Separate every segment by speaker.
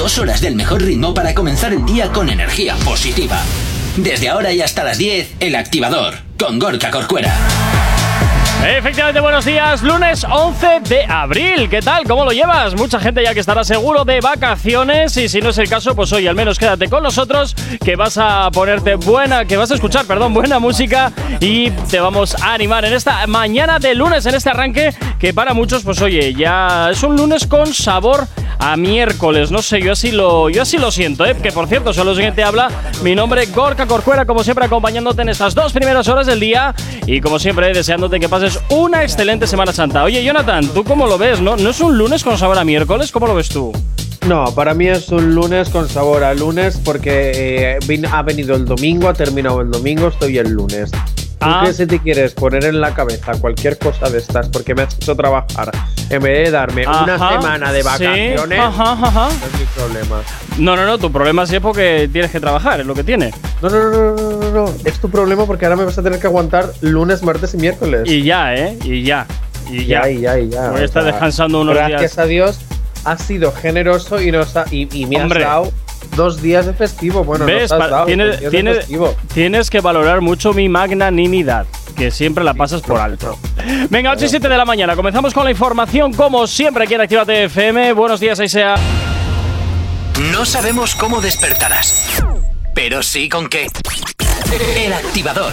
Speaker 1: Dos horas del mejor ritmo para comenzar el día con energía positiva. Desde ahora y hasta las 10, El Activador, con Gorka Corcuera.
Speaker 2: Efectivamente, buenos días. Lunes 11 de abril. ¿Qué tal? ¿Cómo lo llevas? Mucha gente ya que estará seguro de vacaciones y si no es el caso, pues hoy al menos quédate con nosotros que vas a ponerte buena, que vas a escuchar, perdón, buena música y te vamos a animar en esta mañana de lunes, en este arranque que para muchos, pues oye, ya es un lunes con sabor a miércoles. No sé, yo así lo, yo así lo siento, ¿eh? que por cierto, solo siguiente habla mi nombre Gorka Corcuera, como siempre acompañándote en estas dos primeras horas del día y como siempre deseándote que pases una excelente Semana Santa. Oye, Jonathan, ¿tú cómo lo ves? ¿No, ¿No es un lunes con sabor a miércoles? ¿Cómo lo ves tú?
Speaker 3: No, para mí es un lunes con sabor a lunes porque eh, vin- ha venido el domingo, ha terminado el domingo, estoy el lunes. ¿Tú
Speaker 2: Ah.
Speaker 3: qué se te quieres poner en la cabeza cualquier cosa de estas? Porque me has hecho trabajar. En vez de darme Eh, una
Speaker 2: Ajá,
Speaker 3: semana de
Speaker 2: sí,
Speaker 3: vacaciones,
Speaker 2: ajá, ajá.
Speaker 3: no es mi problema.
Speaker 2: No, no, no, tu problema sí es porque tienes que trabajar, es lo que tiene.
Speaker 3: No, no, no, no, no, no, no. Es tu problema porque ahora me vas a tener que aguantar lunes, martes y miércoles.
Speaker 2: Y ya, ¿eh? Y ya. Y ya.
Speaker 3: y ya, y ya.
Speaker 2: Voy a
Speaker 3: o
Speaker 2: estar
Speaker 3: sea,
Speaker 2: descansando unos
Speaker 3: gracias
Speaker 2: días.
Speaker 3: a Dios has sido generoso y, nos ha- y, y me
Speaker 2: Hombre.
Speaker 3: has dado dos días de festivo. Bueno,
Speaker 2: ¿Ves?
Speaker 3: nos has
Speaker 2: Pa-
Speaker 3: dado
Speaker 2: tiene-
Speaker 3: dos días
Speaker 2: tiene-
Speaker 3: de festivo.
Speaker 2: tienes que valorar mucho mi magnanimidad, que siempre la pasas por alto. Venga, 8 y 7 de la mañana. Comenzamos con la información, como siempre, aquí en Actívate FM. Buenos días, ahí sea.
Speaker 1: No sabemos cómo despertarás, pero sí con qué. El Activador.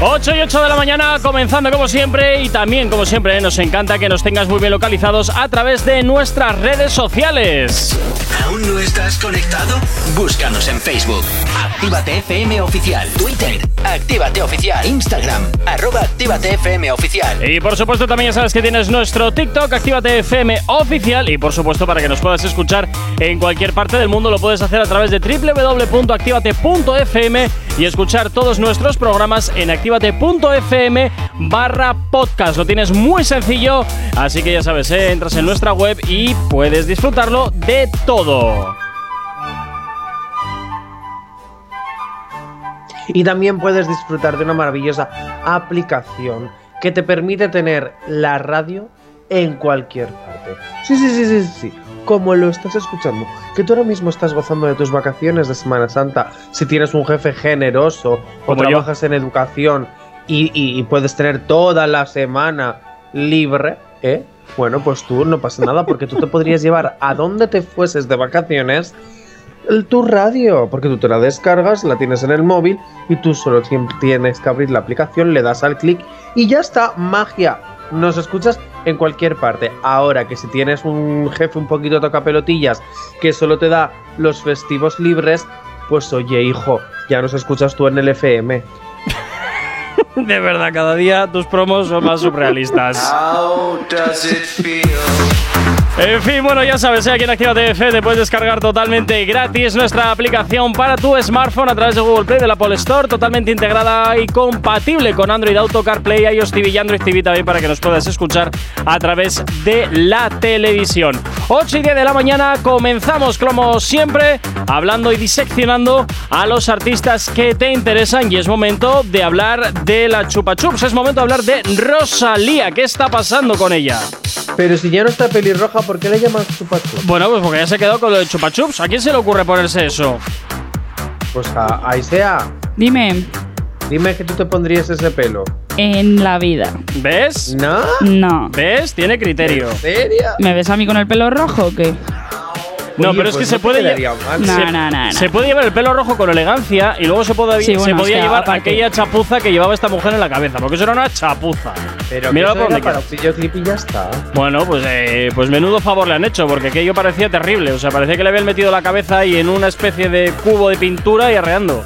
Speaker 2: 8 y 8 de la mañana, comenzando como siempre y también como siempre ¿eh? nos encanta que nos tengas muy bien localizados a través de nuestras redes sociales.
Speaker 1: ¿Aún no estás conectado? Búscanos en Facebook. Actívate FM Oficial. Twitter. Actívate Oficial. Instagram. Arroba Actívate FM Oficial.
Speaker 2: Y por supuesto también ya sabes que tienes nuestro TikTok, Actívate FM oficial y por supuesto para que nos puedas escuchar en cualquier parte del mundo lo puedes hacer a través de www.activate.fm y escuchar todos nuestros programas en activate.fm barra podcast. Lo tienes muy sencillo, así que ya sabes, ¿eh? entras en nuestra web y puedes disfrutarlo de todo.
Speaker 3: Y también puedes disfrutar de una maravillosa aplicación que te permite tener la radio en cualquier parte. Sí, sí, sí, sí, sí. Como lo estás escuchando, que tú ahora mismo estás gozando de tus vacaciones de Semana Santa, si tienes un jefe generoso o
Speaker 2: Como yo.
Speaker 3: trabajas en educación y, y- y puedes tener toda la semana libre, ¿eh? Bueno, pues tú no pasa nada porque tú te podrías llevar a donde te fueses de vacaciones el- tu radio, porque tú te la descargas, la tienes en el móvil y tú solo tien- tienes que abrir la aplicación, le das al clic y ya está, magia. Nos escuchas en cualquier parte. Ahora que si tienes un jefe un poquito tocapelotillas que solo te da los festivos libres, pues oye, hijo, ya nos escuchas tú en el FM.
Speaker 2: De verdad, cada día tus promos son más surrealistas.
Speaker 4: How does it feel?
Speaker 2: En fin, bueno, ya sabes, ¿eh? aquí en Actívate FM te puedes descargar totalmente gratis nuestra aplicación para tu smartphone a través de Google Play, de la Apple Store, totalmente integrada y compatible con Android Auto, CarPlay, iOS TV y Android TV también para que nos puedas escuchar a través de la televisión. 8 y 10 de la mañana comenzamos, como siempre, hablando y diseccionando a los artistas que te interesan y es momento de hablar de la Chupa Chups, es momento de hablar de Rosalía, ¿qué está pasando con ella?
Speaker 3: Pero si ya no está pelirroja, ¿por qué le llamas chupa chups?
Speaker 2: Bueno, pues porque ya se quedó con lo de Chupa Chups. ¿A quién se le ocurre ponerse eso?
Speaker 3: Pues a, ahí sea,
Speaker 5: Dime,
Speaker 3: dime que tú te pondrías ese pelo.
Speaker 5: en la vida.
Speaker 2: ¿Ves?
Speaker 3: ¿No?
Speaker 5: No.
Speaker 2: ¿Ves? Tiene criterio.
Speaker 3: ¿En serio?
Speaker 5: ¿Me ves a mí con el pelo rojo o qué?
Speaker 2: No,
Speaker 3: Oye,
Speaker 2: pero es que
Speaker 3: pues
Speaker 2: se
Speaker 3: no te
Speaker 2: puede.
Speaker 3: quedaría
Speaker 2: lle-
Speaker 3: mal.
Speaker 5: No,
Speaker 2: Ah, se-
Speaker 5: no, no, no.
Speaker 2: Se puede llevar el pelo rojo con elegancia y luego se, podía-
Speaker 5: Sí,
Speaker 2: se
Speaker 5: bueno,
Speaker 2: podía
Speaker 5: es que
Speaker 2: llevar
Speaker 5: aparte-
Speaker 2: aquella chapuza que llevaba esta mujer en la cabeza, porque eso era una chapuza. Míralo
Speaker 3: Pero Mira
Speaker 2: por donde
Speaker 3: para
Speaker 2: quiera.
Speaker 3: videoclip y ya está.
Speaker 2: Bueno, pues, eh, pues menudo favor le han hecho, porque aquello parecía terrible. O sea, parecía que le habían metido la cabeza y en una especie de cubo de pintura y arreando.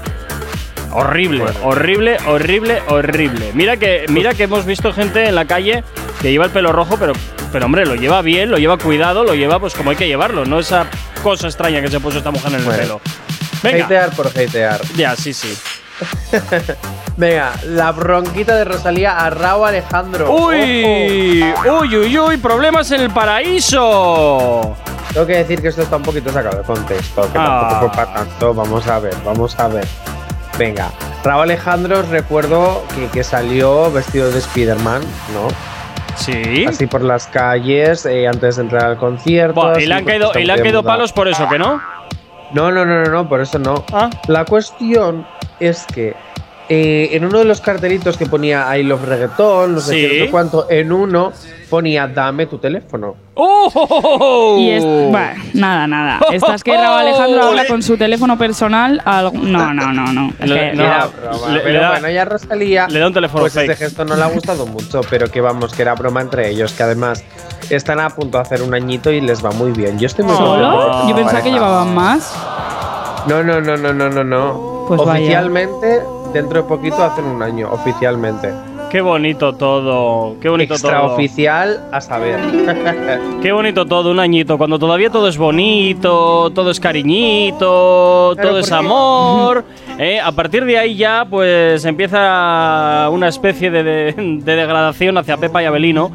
Speaker 2: Horrible, horrible, horrible, horrible. Mira que, mira que hemos visto gente en la calle que lleva el pelo rojo, pero, pero hombre, lo lleva bien, lo lleva cuidado, lo lleva pues como hay que llevarlo, no esa cosa extraña que se puso esta mujer en el
Speaker 3: Bueno.
Speaker 2: pelo. Venga,
Speaker 3: Hatear por hatear.
Speaker 2: ya, sí, sí.
Speaker 3: Venga, la bronquita de Rosalía a Raúl Alejandro.
Speaker 2: Uy, uy, uy, uy, problemas en el paraíso.
Speaker 3: Ojo. Tengo que decir que esto está un poquito sacado de contexto, que
Speaker 2: Ah.
Speaker 3: tampoco fue para tanto. Vamos a ver, vamos a ver. Venga, Raúl Alejandro, os recuerdo que, que salió vestido de Spider-Man, ¿no?
Speaker 2: Sí.
Speaker 3: Así por las calles, eh, antes de entrar al concierto.
Speaker 2: Buah, y
Speaker 3: así,
Speaker 2: le han
Speaker 3: porque
Speaker 2: caído,
Speaker 3: está
Speaker 2: y le han
Speaker 3: muy de
Speaker 2: caído
Speaker 3: moda.
Speaker 2: palos por eso, ¿que no?
Speaker 3: No, no, no, no, no, por eso no.
Speaker 2: Ah.
Speaker 3: La cuestión es que eh, en uno de los cartelitos que ponía I love reggaeton, no sé
Speaker 2: Sí.
Speaker 3: qué, no sé cuánto, en uno ponía dame tu teléfono.
Speaker 2: ¡Uh!
Speaker 5: Y es, bah, nada, nada. Estás que Raúl Alejandro habla con su teléfono personal. al- No, no, no, no. Es
Speaker 2: Oh. Lo-
Speaker 5: que-
Speaker 2: no.
Speaker 3: era broma.
Speaker 2: le-
Speaker 3: pero
Speaker 2: le da-
Speaker 3: bueno, ya Rosalía.
Speaker 2: le da un teléfono
Speaker 3: Pues
Speaker 2: fake.
Speaker 3: este gesto no le ha gustado mucho, pero que vamos, que era broma entre ellos, que además están a punto de hacer un añito y les va muy bien. Yo estoy muy contento por
Speaker 5: ¿Solo?
Speaker 2: Ah,
Speaker 5: Yo
Speaker 3: esta
Speaker 5: pensaba que
Speaker 3: pareja.
Speaker 5: llevaban más.
Speaker 3: No, no, no, no, no, no, no.
Speaker 5: Pues vaya.
Speaker 3: oficialmente, dentro de poquito hacen un año, oficialmente.
Speaker 2: Qué bonito todo. Qué bonito todo.
Speaker 3: Extraoficial a saber.
Speaker 2: Qué bonito todo, un añito. Cuando todavía todo es bonito, todo es cariñito, todo es
Speaker 3: porque-
Speaker 2: amor. ¿eh? A partir de ahí ya, pues empieza una especie de, de- de degradación hacia Pepa y Abelino.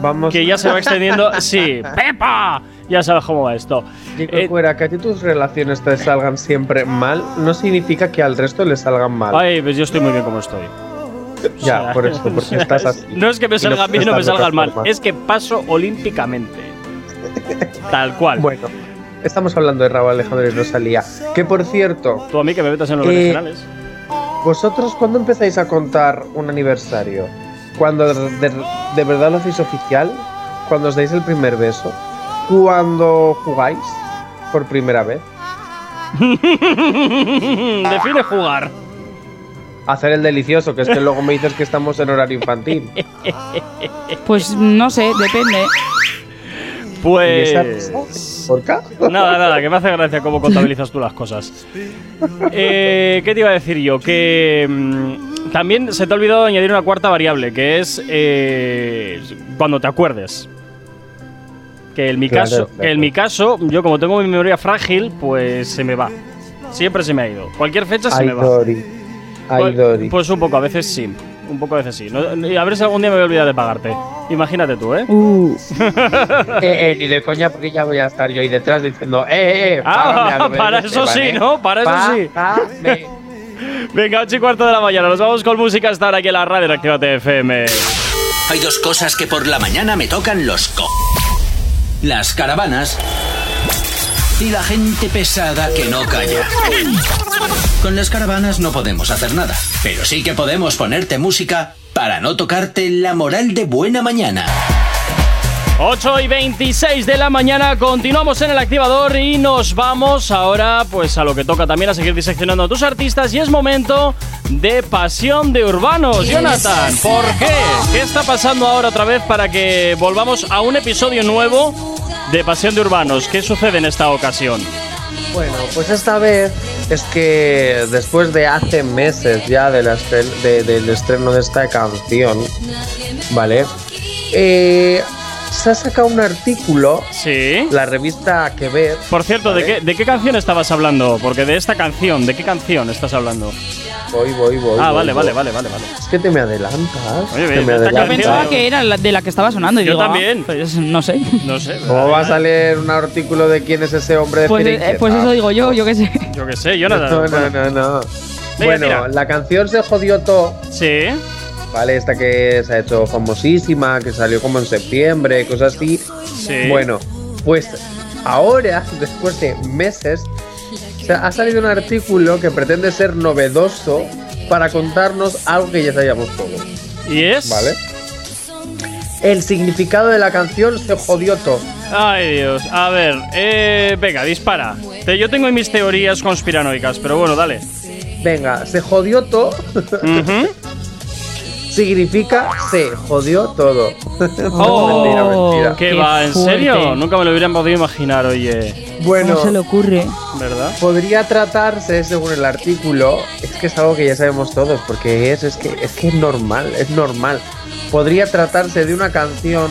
Speaker 3: Vamos.
Speaker 2: Que ya se va extendiendo. Sí, ¡Pepa! Ya sabes cómo va esto.
Speaker 3: Yo creo
Speaker 2: Eh,
Speaker 3: que fuera que a ti tus relaciones te salgan siempre mal, no significa que al resto le salgan mal.
Speaker 2: ay, pues yo estoy muy bien como estoy.
Speaker 3: ya,
Speaker 2: o sea,
Speaker 3: por eso, porque estás así.
Speaker 2: No es que me
Speaker 3: Y
Speaker 2: salga bien o me
Speaker 3: estás de otra
Speaker 2: salga mal,
Speaker 3: forma.
Speaker 2: es que paso olímpicamente. Tal cual.
Speaker 3: Bueno, estamos hablando de Raúl Alejandro y Rosalía. Que por cierto,
Speaker 2: Tú a mí que me metas en los
Speaker 3: Eh,
Speaker 2: originales.
Speaker 3: ¿vosotros cuándo empezáis a contar un aniversario? ¿Cuando de, de- de verdad lo hacéis oficial? ¿Cuando os dais el primer beso? ¿Cuando jugáis por primera vez?
Speaker 2: Define jugar.
Speaker 3: Hacer el delicioso, que es que luego me dices que estamos en horario infantil.
Speaker 5: Pues no sé, depende.
Speaker 3: ¿Y
Speaker 2: Pues.
Speaker 3: esa risa? ¿Por qué?
Speaker 2: Nada, nada, que me hace gracia cómo contabilizas tú las cosas. Eh, ¿Qué te iba a decir yo? Que mm, también se te ha olvidado añadir una cuarta variable, que es eh, cuando te acuerdes. Que en mi
Speaker 3: Claro,
Speaker 2: caso, que en mi caso, yo como tengo mi memoria frágil, pues se me va. Siempre se me ha ido. Cualquier fecha se
Speaker 3: Ay,
Speaker 2: me va.
Speaker 3: Dori. Ay,
Speaker 2: Pues-
Speaker 3: Dori.
Speaker 2: Pues un poco, a veces sí. Un poco a veces sí. No- no- y a ver si algún día me voy a olvidar de pagarte. Imagínate tú, ¿eh?
Speaker 5: Uh,
Speaker 3: Eh, eh, ni de coña, porque ya voy a estar yo ahí detrás diciendo, eh, eh, págame
Speaker 2: Ah,
Speaker 3: algo de
Speaker 2: para
Speaker 3: este,
Speaker 2: eso sí,
Speaker 3: ¿vale?
Speaker 2: ¿no? Para eso sí.
Speaker 3: Págame.
Speaker 2: Venga, 8 y cuarto de la mañana, nos vamos con música hasta ahora aquí en la radio Actívate FM.
Speaker 1: Hay dos cosas que por la mañana me tocan los co. Las caravanas y la gente pesada que no calla. Con las caravanas no podemos hacer nada, pero sí que podemos ponerte música para no tocarte la moral de buena mañana.
Speaker 2: 8 y 26 de la mañana, continuamos en el activador y nos vamos ahora pues a lo que toca también a seguir diseccionando a tus artistas y es momento de Pasión de Urbanos. Jonathan, ¿por qué? ¿Qué está pasando ahora otra vez para que volvamos a un episodio nuevo de Pasión de Urbanos? ¿Qué sucede en esta ocasión?
Speaker 3: Bueno, pues esta vez es que después de hace meses ya de la estre- de- del estreno de esta canción, ¿vale? Eh, se ha sacado un artículo,
Speaker 2: Sí.
Speaker 3: la revista Quebec.
Speaker 2: Por cierto, ¿de
Speaker 3: ¿vale?
Speaker 2: qué, ¿de qué canción estabas hablando? Porque de esta canción, ¿de qué canción estás hablando?
Speaker 3: Voy, voy, voy.
Speaker 2: Ah,
Speaker 3: voy,
Speaker 2: vale,
Speaker 3: voy.
Speaker 2: vale, vale, vale, vale.
Speaker 3: Es que te me adelantas.
Speaker 2: Oye,
Speaker 3: te me
Speaker 2: esta
Speaker 5: yo
Speaker 2: canción-
Speaker 5: pensaba que era la- de la que estaba sonando. Y
Speaker 2: Yo
Speaker 5: digo, ah,
Speaker 2: también.
Speaker 5: pues, no sé.
Speaker 2: No sé.
Speaker 3: ¿Cómo vas a leer un artículo de quién es ese hombre de
Speaker 5: Pues, eh,
Speaker 3: Feringieta?
Speaker 5: pues eso digo yo, yo qué sé.
Speaker 2: Yo qué sé,
Speaker 3: No,
Speaker 2: Jonathan.
Speaker 3: no, no,
Speaker 2: Venga,
Speaker 3: no. bueno,
Speaker 2: tira.
Speaker 3: la canción se jodió todo,
Speaker 2: Sí.
Speaker 3: ¿vale? Esta que se ha hecho famosísima, que salió como en septiembre, cosas así.
Speaker 2: Sí.
Speaker 3: Bueno, pues ahora, después de meses, se ha salido un artículo que pretende ser novedoso para contarnos algo que ya sabíamos todos,
Speaker 2: ¿Y es?
Speaker 3: ¿vale? El significado de la canción se jodió todo.
Speaker 2: Ay, Dios. A ver, eh, venga, dispara. Te- yo tengo mis teorías conspiranoicas, pero bueno, dale.
Speaker 3: Venga, se jodió todo.
Speaker 2: Ujú.
Speaker 3: significa se jodió todo.
Speaker 2: Oh,
Speaker 3: mentira, mentira.
Speaker 2: ¿Qué
Speaker 5: Qué
Speaker 2: va? ¿En serio?
Speaker 5: fuerte.
Speaker 2: Nunca me lo hubieran podido imaginar, oye.
Speaker 3: Bueno,
Speaker 5: ¿Cómo se le ocurre?
Speaker 2: ¿Verdad?
Speaker 3: podría tratarse, según el artículo, es que es algo que ya sabemos todos, porque es, es, que, es que es normal, es normal. Podría tratarse de una canción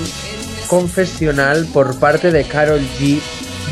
Speaker 3: confesional por parte de Carol G,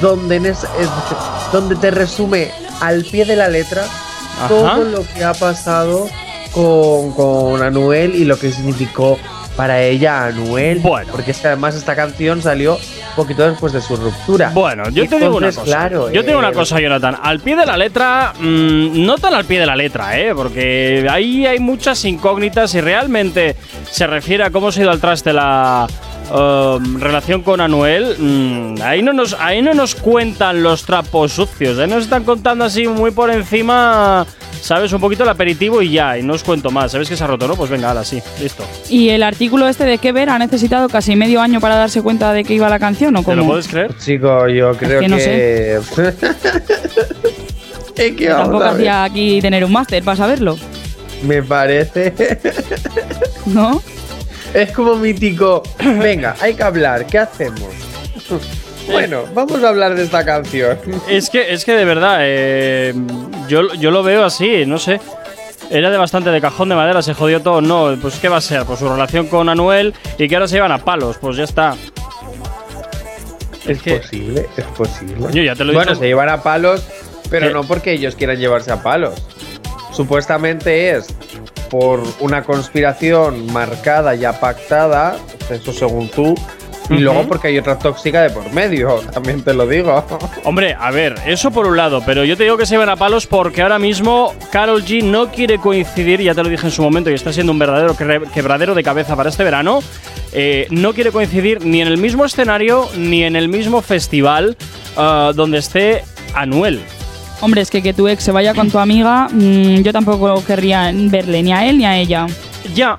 Speaker 3: donde, en es- es- donde te resume al pie de la letra
Speaker 2: Ajá.
Speaker 3: todo lo que ha pasado con, con Anuel y lo que significó para ella Anuel.
Speaker 2: Bueno.
Speaker 3: Porque es que además esta canción salió poquito después de su ruptura.
Speaker 2: Bueno, yo te digo una
Speaker 3: Entonces,
Speaker 2: cosa.
Speaker 3: claro,
Speaker 2: yo te digo una
Speaker 3: eh,
Speaker 2: cosa, Jonathan. Al pie de la letra, mm, no tan al pie de la letra, ¿eh? Porque ahí hay muchas incógnitas y realmente se refiere a cómo se ha ido al traste la um, relación con Anuel, mm, ahí, no nos, ahí no nos cuentan los trapos sucios, ahí nos están contando así muy por encima, ¿sabes? Un poquito el aperitivo y ya, y no os cuento más. ¿Sabes que se ha roto, no? Pues venga, ahora sí, listo.
Speaker 5: Y el artículo este de que ver ha necesitado casi medio año para darse cuenta de que iba la canción, ¿o
Speaker 2: ¿Te lo
Speaker 5: cómo?
Speaker 2: puedes creer?
Speaker 3: Chico, yo creo
Speaker 5: que no
Speaker 3: que. Es que vamos
Speaker 5: Tampoco
Speaker 3: a ver.
Speaker 5: hacía aquí tener un máster para saberlo,
Speaker 3: Me parece.
Speaker 5: ¿no?
Speaker 3: Es como mítico. Venga, hay que hablar. ¿Qué hacemos? Bueno, vamos a hablar de esta canción.
Speaker 2: Es que, es que de verdad, eh, yo, yo lo veo así, no sé. Era de bastante de cajón de madera, se jodió todo. No, pues ¿qué va a ser? Pues su relación con Anuel y que ahora se iban a palos, pues ya está. Es que.
Speaker 3: Es posible, es posible.
Speaker 2: Yo ya te lo he
Speaker 3: Pues, bueno,
Speaker 2: dicho.
Speaker 3: se llevan a palos, pero
Speaker 2: ¿Qué?
Speaker 3: no porque ellos quieran llevarse a palos. Supuestamente es por una conspiración marcada, ya pactada, eso según tú, y
Speaker 2: Ujú.
Speaker 3: luego porque hay otra tóxica de por medio, también te lo digo.
Speaker 2: Hombre, a ver, eso por un lado, pero yo te digo que se iban a palos porque ahora mismo Carol G no quiere coincidir, ya te lo dije en su momento, y está siendo un verdadero cre- quebradero de cabeza para este verano. eh, no quiere coincidir ni en el mismo escenario ni en el mismo festival ah, donde esté Anuel.
Speaker 5: Hombre, es que que tu ex se vaya con tu amiga, mm, yo tampoco querría verle ni a él ni a ella.
Speaker 2: Ya,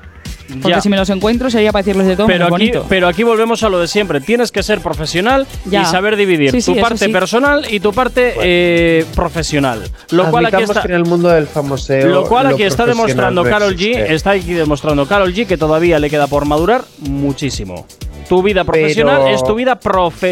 Speaker 5: Porque
Speaker 2: ya.
Speaker 5: si me los encuentro sería para decirles de todo
Speaker 2: pero,
Speaker 5: menos
Speaker 2: aquí,
Speaker 5: bonito.
Speaker 2: pero aquí volvemos a lo de siempre. Tienes que ser profesional y
Speaker 5: Ya.
Speaker 2: saber dividir
Speaker 5: Sí,
Speaker 2: tu
Speaker 5: sí, eso
Speaker 2: parte
Speaker 5: sí.
Speaker 2: personal y tu parte eh, profesional. Lo cual aquí
Speaker 3: Admitamos
Speaker 2: está.
Speaker 3: que en el mundo del famoseo.
Speaker 2: Lo cual aquí está
Speaker 3: profesional
Speaker 2: demostrando
Speaker 3: no
Speaker 2: Carol G,
Speaker 3: existe.
Speaker 2: está aquí demostrando Carol G que todavía le queda por madurar muchísimo. Tu vida profesional
Speaker 3: Pero-
Speaker 2: es tu vida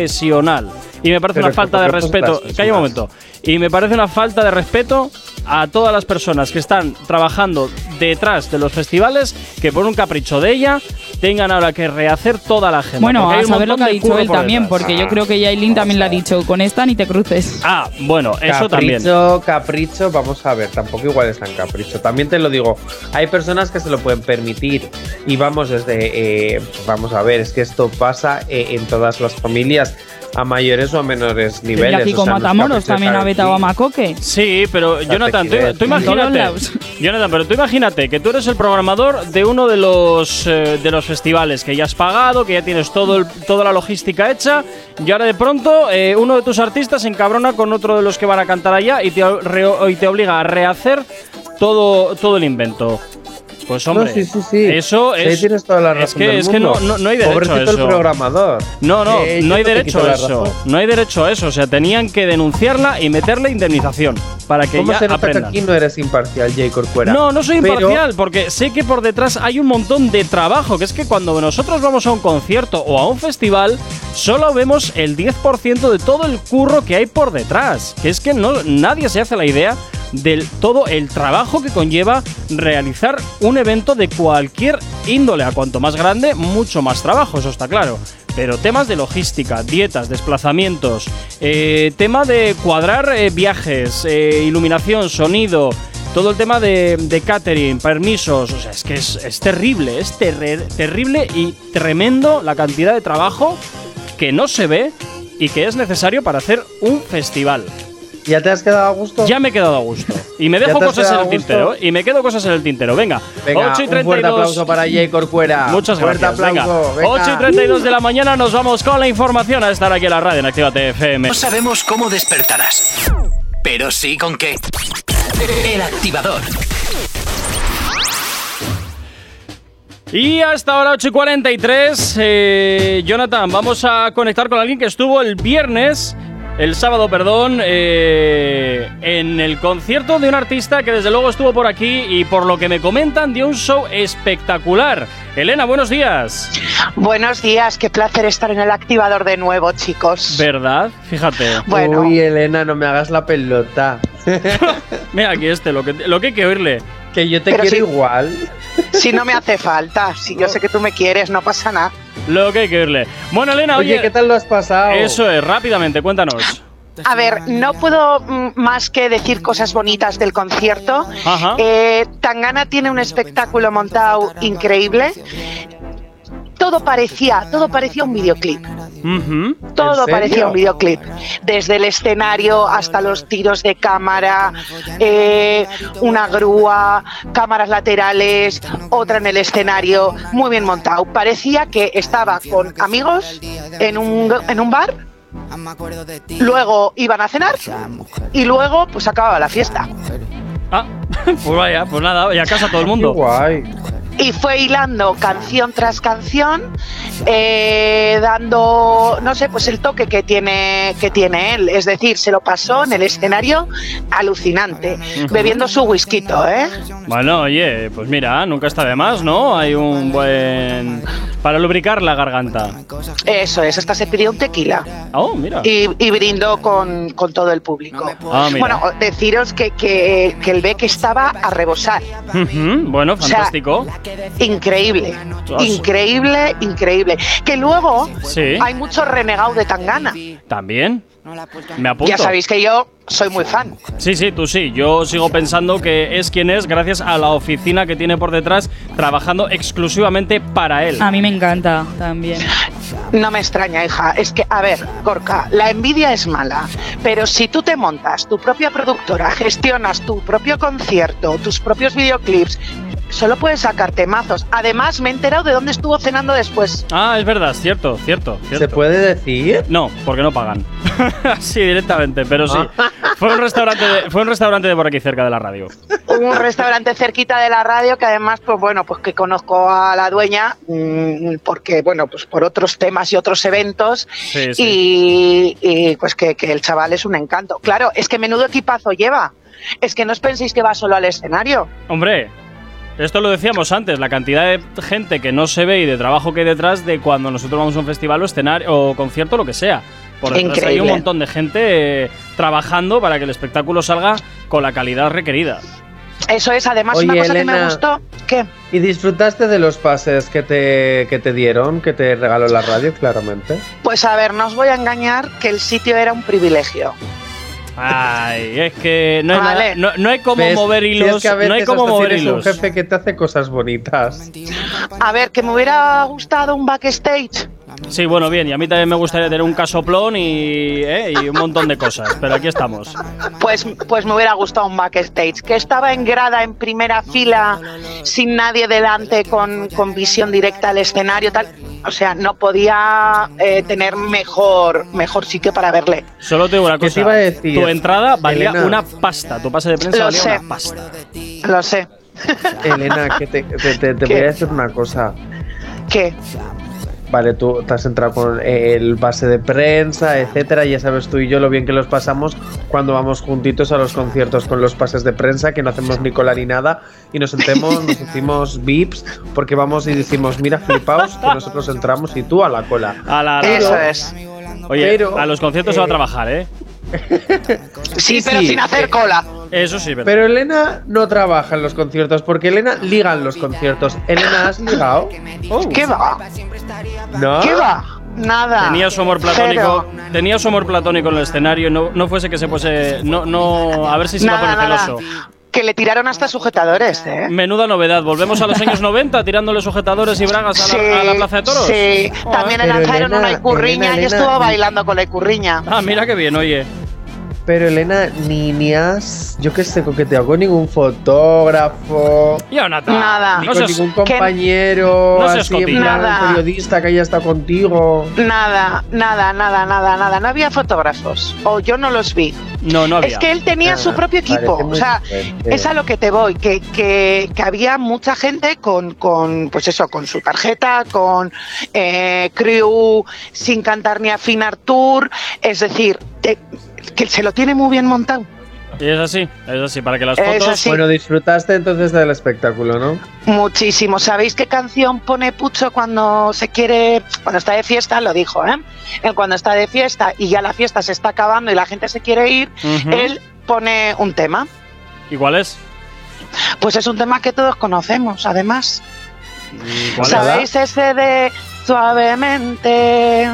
Speaker 2: profesional. Y me parece
Speaker 3: Pero
Speaker 2: una
Speaker 3: que
Speaker 2: falta de
Speaker 3: por otro
Speaker 2: respeto.
Speaker 3: estás en
Speaker 2: Calla un
Speaker 3: su
Speaker 2: momento. Y me parece una falta de respeto a todas las personas que están trabajando detrás de los festivales que por un capricho de ella tengan ahora que rehacer toda la agenda.
Speaker 5: bueno,
Speaker 2: porque hay
Speaker 5: a
Speaker 2: un
Speaker 5: saber lo
Speaker 2: montón
Speaker 5: que ha
Speaker 2: de
Speaker 5: dicho
Speaker 2: curro
Speaker 5: él
Speaker 2: por
Speaker 5: también,
Speaker 2: detrás.
Speaker 5: porque yo creo que Yailin también le ha dicho, con esta ni te cruces.
Speaker 2: Ah, bueno, eso también.
Speaker 3: Capricho, capricho, vamos a ver, tampoco igual es tan capricho. También te lo digo, hay personas que se lo pueden permitir y vamos desde, eh, vamos a ver, es que esto pasa eh, en todas las familias, a mayores o a menores
Speaker 5: Y
Speaker 3: niveles.
Speaker 5: aquí
Speaker 3: o
Speaker 5: con
Speaker 3: sea, no es
Speaker 5: Matamoros
Speaker 3: capricho,
Speaker 5: también ha
Speaker 3: Carol
Speaker 5: vetado
Speaker 3: G.
Speaker 5: a Macoque.
Speaker 2: Sí, pero Jonathan, tú, tú
Speaker 3: quiero decir.
Speaker 5: En todos
Speaker 2: imagínate.
Speaker 5: lados.
Speaker 2: Jonathan, pero tú imagínate que tú eres el programador de uno de los eh, de los festivales que ya has pagado, que ya tienes todo el- toda la logística hecha, y ahora de pronto eh, uno de tus artistas se encabrona con otro de los que van a cantar allá y te, o- reo- y te obliga a rehacer todo, todo el invento. Pues hombre,
Speaker 3: No, sí, sí, sí.
Speaker 2: eso
Speaker 3: Sí,
Speaker 2: es.
Speaker 3: tienes toda la razón.
Speaker 2: es que,
Speaker 3: del
Speaker 2: es que no, no-
Speaker 3: mundo.
Speaker 2: no hay derecho
Speaker 3: Pobrecito
Speaker 2: a eso.
Speaker 3: el programador.
Speaker 2: No, no,
Speaker 3: Eh, yo
Speaker 2: no hay
Speaker 3: te
Speaker 2: derecho
Speaker 3: quito
Speaker 2: a
Speaker 3: la
Speaker 2: eso.
Speaker 3: razón.
Speaker 2: No hay derecho a eso. O sea, tenían que denunciarla y meterle indemnización para que
Speaker 3: ¿Cómo
Speaker 2: ya
Speaker 3: se nota que
Speaker 2: aprendan.
Speaker 3: aquí no eres imparcial, J. Corcuera?
Speaker 2: No, no soy
Speaker 3: Pero-
Speaker 2: imparcial, porque sé que por detrás hay un montón de trabajo, que es que cuando nosotros vamos a un concierto o a un festival, solo vemos el 10% de todo el curro que hay por detrás, que es que no, nadie se hace la idea del todo el trabajo que conlleva realizar un evento de cualquier índole. A cuanto más grande, mucho más trabajo, eso está claro. Pero temas de logística, dietas, desplazamientos, eh, tema de cuadrar eh, viajes, eh, iluminación, sonido, todo el tema de, de catering, permisos, o sea, es que es, es terrible, es terre- terrible y tremendo la cantidad de trabajo que no se ve y que es necesario para hacer un festival.
Speaker 3: ¿Ya te has quedado a gusto?
Speaker 2: Ya me he quedado a gusto. Y me
Speaker 3: ¿Ya
Speaker 2: dejo
Speaker 3: te has
Speaker 2: cosas en
Speaker 3: quedado
Speaker 2: el
Speaker 3: a gusto?
Speaker 2: tintero. Y me quedo cosas en el tintero. Venga,
Speaker 3: Venga,
Speaker 2: 8 y
Speaker 3: un fuerte
Speaker 2: 32.
Speaker 3: aplauso para J. Corcuera.
Speaker 2: Muchas
Speaker 3: Fuerte
Speaker 2: gracias. Venga.
Speaker 3: aplauso,
Speaker 2: 8 y 32 de la mañana nos vamos con la información a estar aquí en la radio en Actívate FM.
Speaker 1: No sabemos cómo despertarás, pero sí con qué. El activador.
Speaker 2: Y hasta ahora 8 y 43, eh, Jonathan, vamos a conectar con alguien que estuvo el viernes, el sábado, perdón, eh, en el concierto de un artista que desde luego estuvo por aquí y por lo que me comentan dio un show espectacular. Elena, buenos días.
Speaker 6: Buenos días, qué placer estar en el activador de nuevo, chicos.
Speaker 2: ¿Verdad? Fíjate.
Speaker 6: bueno,
Speaker 3: Uy, Elena, no me hagas la pelota.
Speaker 2: Mira aquí este, lo que, lo que hay que oírle.
Speaker 3: Que yo te
Speaker 6: Pero
Speaker 3: quiero
Speaker 6: sí.
Speaker 3: igual.
Speaker 6: si no me hace falta, si yo sé que tú me quieres, no pasa nada.
Speaker 2: Lo que hay que oírle. Bueno, Elena,
Speaker 3: Oye,
Speaker 2: Ah, oye,
Speaker 3: ¿qué tal lo has pasado?
Speaker 2: eso es, rápidamente, cuéntanos.
Speaker 6: A ver, no puedo mm, más que decir cosas bonitas del concierto.
Speaker 2: Ajá.
Speaker 6: Eh, Tangana tiene un espectáculo montado increíble. todo parecía, todo parecía un videoclip.
Speaker 2: Ujú.
Speaker 6: Todo
Speaker 3: serio?
Speaker 6: parecía un videoclip. Desde el escenario hasta los tiros de cámara, eh, una grúa, cámaras laterales, otra en el escenario, muy bien montado. Parecía que estaba con amigos en un, en un bar, luego iban a cenar y luego pues acababa la fiesta.
Speaker 2: Ah, pues vaya, pues nada, y a casa todo el
Speaker 3: Qué
Speaker 2: mundo.
Speaker 3: guay.
Speaker 6: y fue hilando canción tras canción, eh, dando, no sé, pues el toque que tiene, que tiene él. Es decir, se lo pasó en el escenario alucinante, bebiendo su whisky, ¿eh?
Speaker 2: Bueno, oye, pues mira, nunca está de más, ¿no? Hay un buen... Para lubricar la garganta.
Speaker 6: Eso es, hasta se pidió un tequila
Speaker 2: Oh, mira.
Speaker 6: y, y brindó con, con todo el público.
Speaker 2: Ah, mira.
Speaker 6: Bueno, deciros que, que, que el Beck estaba a rebosar.
Speaker 2: Ujú, Bueno,
Speaker 6: sea,
Speaker 2: fantástico.
Speaker 6: Increíble,
Speaker 2: Ostras.
Speaker 6: increíble, increíble. Que luego
Speaker 2: Sí.
Speaker 6: hay mucho renegado de Tangana.
Speaker 2: También. Me apunto.
Speaker 6: Ya sabéis que yo soy muy fan.
Speaker 2: Sí, sí, tú sí. Yo sigo pensando que es quien es gracias a la oficina que tiene por detrás trabajando exclusivamente para él.
Speaker 5: A mí me encanta también.
Speaker 6: No me extraña, hija. Es que, a ver, Gorka, la envidia es mala, pero si tú te montas tu propia productora, gestionas tu propio concierto, tus propios videoclips, solo puedes sacar temazos. Además, me he enterado de dónde estuvo cenando después.
Speaker 2: Ah, es verdad, cierto, cierto,
Speaker 3: ¿Se
Speaker 2: cierto.
Speaker 3: puede decir?
Speaker 2: No, porque no pagan. sí, directamente, pero sí.
Speaker 3: Ah.
Speaker 2: Fue un restaurante de, fue un restaurante de por aquí cerca de la radio.
Speaker 6: Hubo un restaurante cerquita de la radio que además, pues bueno, pues que conozco a la dueña, mm, porque, bueno, pues por otros temas y otros eventos,
Speaker 2: Sí, sí.
Speaker 6: Y, y, pues que, que el chaval es un encanto. Claro, es que menudo equipazo lleva. Es que no os penséis que va solo al escenario.
Speaker 2: Hombre, esto lo decíamos antes, la cantidad de gente que no se ve y de trabajo que hay detrás de cuando nosotros vamos a un festival o escenario o concierto, lo que sea. Por detrás hay un
Speaker 6: Increíble.
Speaker 2: montón de gente eh, trabajando para que el espectáculo salga con la calidad requerida.
Speaker 6: Eso es, además, una
Speaker 3: Oye,
Speaker 6: cosa que me
Speaker 3: Elena.
Speaker 6: gustó. ¿Qué?
Speaker 3: ¿Y disfrutaste de los pases que te, que te dieron, que te regaló la radio, claramente?
Speaker 6: Pues a ver, no os voy a engañar que el sitio era un privilegio.
Speaker 2: Ay, es que no hay,
Speaker 6: Vale.
Speaker 2: nada- no, no hay cómo
Speaker 3: ¿Ves?
Speaker 2: mover
Speaker 3: Si es
Speaker 2: hilos.
Speaker 3: que a
Speaker 2: no hay
Speaker 3: veces
Speaker 2: cómo
Speaker 3: hasta
Speaker 2: mover
Speaker 3: tienes
Speaker 2: hilos.
Speaker 3: un jefe que te hace cosas bonitas.
Speaker 6: A ver, que me hubiera gustado un backstage.
Speaker 2: Sí, bueno, bien, y a mí también me gustaría tener un casoplón y, eh, y un montón de cosas, pero aquí estamos.
Speaker 6: Pues, pues me hubiera gustado un backstage. Que estaba en grada, en primera fila, sin nadie delante, con, con visión directa al escenario, tal. O sea, no podía eh, tener mejor, mejor sitio para verle.
Speaker 2: Solo te digo una
Speaker 3: ¿Qué te
Speaker 2: cosa.
Speaker 3: iba a decir,
Speaker 2: tu entrada valía
Speaker 3: Elena?
Speaker 2: una pasta, tu pase de prensa
Speaker 6: Lo
Speaker 2: valía
Speaker 6: sé.
Speaker 2: una pasta.
Speaker 6: Lo sé.
Speaker 3: Elena, que te, te- te- te
Speaker 6: ¿Qué?
Speaker 3: voy a decir una cosa.
Speaker 6: ¿Qué?
Speaker 3: Vale, tú te has entrado con eh, el base de prensa, etcétera. Ya sabes tú y yo lo bien que los pasamos cuando vamos juntitos a los conciertos con los pases de prensa, que no hacemos ni cola ni nada, y nos sentemos, nos hicimos vips, porque vamos y decimos, mira, flipaos, que nosotros entramos y tú a la cola.
Speaker 2: A la,
Speaker 6: Eso es.
Speaker 2: Oye,
Speaker 3: Pero,
Speaker 2: a los conciertos se va a
Speaker 3: eh,
Speaker 2: trabajar, ¿eh?
Speaker 6: Sí,
Speaker 3: Sí,
Speaker 6: pero
Speaker 3: sí.
Speaker 6: sin hacer cola.
Speaker 2: Eso sí, verdad.
Speaker 3: Pero Elena no trabaja en los conciertos, porque Elena liga en los conciertos. Elena, ¿has ligado?
Speaker 6: Oh. ¿Qué va?
Speaker 3: ¿No?
Speaker 6: ¿Qué va? Nada.
Speaker 2: Ah. tenía su amor platónico,
Speaker 6: Cero.
Speaker 2: tenía su amor platónico en el escenario, no, no fuese que se puese, no, no, a ver si se iba a
Speaker 6: Nada,
Speaker 2: poner
Speaker 6: nada.
Speaker 2: celoso.
Speaker 6: Que le tiraron hasta sujetadores, ¿eh?
Speaker 2: Menuda novedad, volvemos a los años 90 tirándole sujetadores y bragas a la, a la plaza de toros.
Speaker 6: Sí,
Speaker 2: Joder.
Speaker 6: también le
Speaker 3: Pero
Speaker 6: lanzaron
Speaker 3: Elena,
Speaker 6: una icurriña
Speaker 3: Elena,
Speaker 6: y
Speaker 3: Elena,
Speaker 6: estuvo
Speaker 3: ni-
Speaker 6: bailando con la icurriña.
Speaker 2: Ah, mira qué bien, oye.
Speaker 3: Pero Elena, ni, ni has, yo qué sé, coqueteado con ningún fotógrafo.
Speaker 2: Y ahora nada. Ni
Speaker 6: Nada.
Speaker 3: Ni
Speaker 2: con
Speaker 3: con
Speaker 2: seas-
Speaker 3: ningún compañero,
Speaker 2: no seas
Speaker 3: así en
Speaker 2: cotilla.
Speaker 3: plan
Speaker 6: Nada.
Speaker 3: periodista que haya estado contigo.
Speaker 6: Nada, nada, nada, nada, nada. No había fotógrafos. O yo no los vi.
Speaker 2: No, no había.
Speaker 6: Es que él tenía
Speaker 3: Ah,
Speaker 6: su propio equipo.
Speaker 3: parece muy
Speaker 6: O sea,
Speaker 3: fuerte.
Speaker 6: es a lo que te voy, que, que, que había mucha gente con, con, pues eso, con su tarjeta, con eh, crew, sin cantar ni afinar tour. Es decir, te- que se lo tiene muy bien montado.
Speaker 2: Y es así, es así, para que las
Speaker 6: Es
Speaker 2: fotos...
Speaker 6: así.
Speaker 3: Bueno, disfrutaste entonces del espectáculo, ¿no?
Speaker 6: Muchísimo. ¿Sabéis qué canción pone Pucho cuando se quiere, cuando está de fiesta? Lo dijo, ¿eh? Él cuando está de fiesta y ya la fiesta se está acabando y la gente se quiere ir,
Speaker 2: Ujú.
Speaker 6: él pone un tema.
Speaker 2: ¿Y cuál es?
Speaker 6: Pues es un tema que todos conocemos, además.
Speaker 2: ¿Y cuál
Speaker 6: Pues,
Speaker 2: es?
Speaker 3: Hola.
Speaker 6: ¿Sabéis ese de suavemente?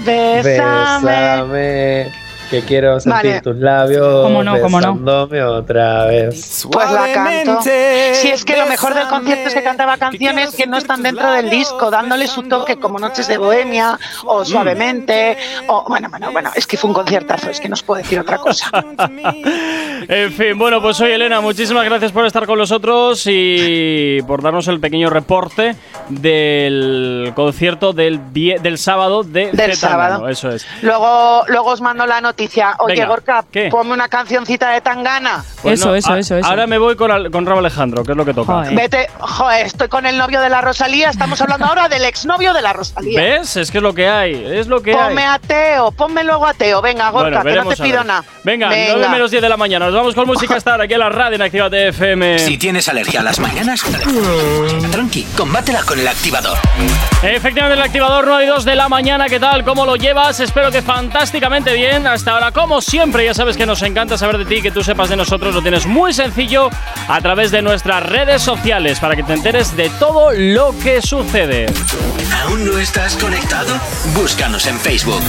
Speaker 6: Bésame.
Speaker 3: Bésame. Que quiero sentir
Speaker 6: Vale.
Speaker 3: tus labios
Speaker 5: Cómo no, cómo no.
Speaker 3: besándome otra vez.
Speaker 6: Pues la canto.
Speaker 7: Suavemente,
Speaker 6: Si es que lo mejor del concierto es que cantaba
Speaker 7: bésame,
Speaker 6: canciones que no están
Speaker 7: quiero
Speaker 6: dentro del
Speaker 7: sentir tus
Speaker 6: disco, dándole su toque como Noches de Bohemia o Suavemente o bueno, bueno, bueno, es que fue un conciertazo, es que no os puedo decir otra cosa.
Speaker 2: En fin, bueno, pues soy Elena, muchísimas gracias por estar con nosotros y por darnos el pequeño reporte del concierto del, vie- del sábado de
Speaker 6: Del
Speaker 2: Zetangana,
Speaker 6: sábado.
Speaker 2: Eso es.
Speaker 6: Luego, luego os mando la noticia. Oye,
Speaker 2: Venga,
Speaker 6: Gorka,
Speaker 2: ¿qué?
Speaker 6: ponme una cancioncita de Tangana.
Speaker 5: Eso,
Speaker 2: Pues no,
Speaker 5: eso,
Speaker 2: a-
Speaker 5: eso, eso.
Speaker 2: Ahora me voy con, Al- con Raúl Alejandro, que es lo que toca.
Speaker 5: Joder.
Speaker 6: Vete, joder, estoy con el novio de la Rosalía, estamos hablando ahora del exnovio de la Rosalía.
Speaker 2: ¿Ves? Es que es lo que hay, es lo que hay.
Speaker 6: Ponme ateo, ponme luego ateo. Venga, Gorka, que no
Speaker 2: veremos
Speaker 6: te
Speaker 2: a
Speaker 6: pido
Speaker 2: ver.
Speaker 6: nada.
Speaker 2: Venga, 9 menos 10 de la mañana. Nos vamos con música hasta ahora aquí en la radio en Actívate FM.
Speaker 1: Si tienes alergia a las mañanas, tranqui, combátela con el activador.
Speaker 2: Efectivamente, el activador 9 y 2 de la mañana. ¿Qué tal? ¿Cómo lo llevas? Espero que fantásticamente bien. Hasta ahora, como siempre, ya sabes que nos encanta saber de ti, que tú sepas de nosotros. Lo tienes muy sencillo a través de nuestras redes sociales para que te enteres de todo lo que sucede.
Speaker 1: ¿Aún no estás conectado? Búscanos en Facebook.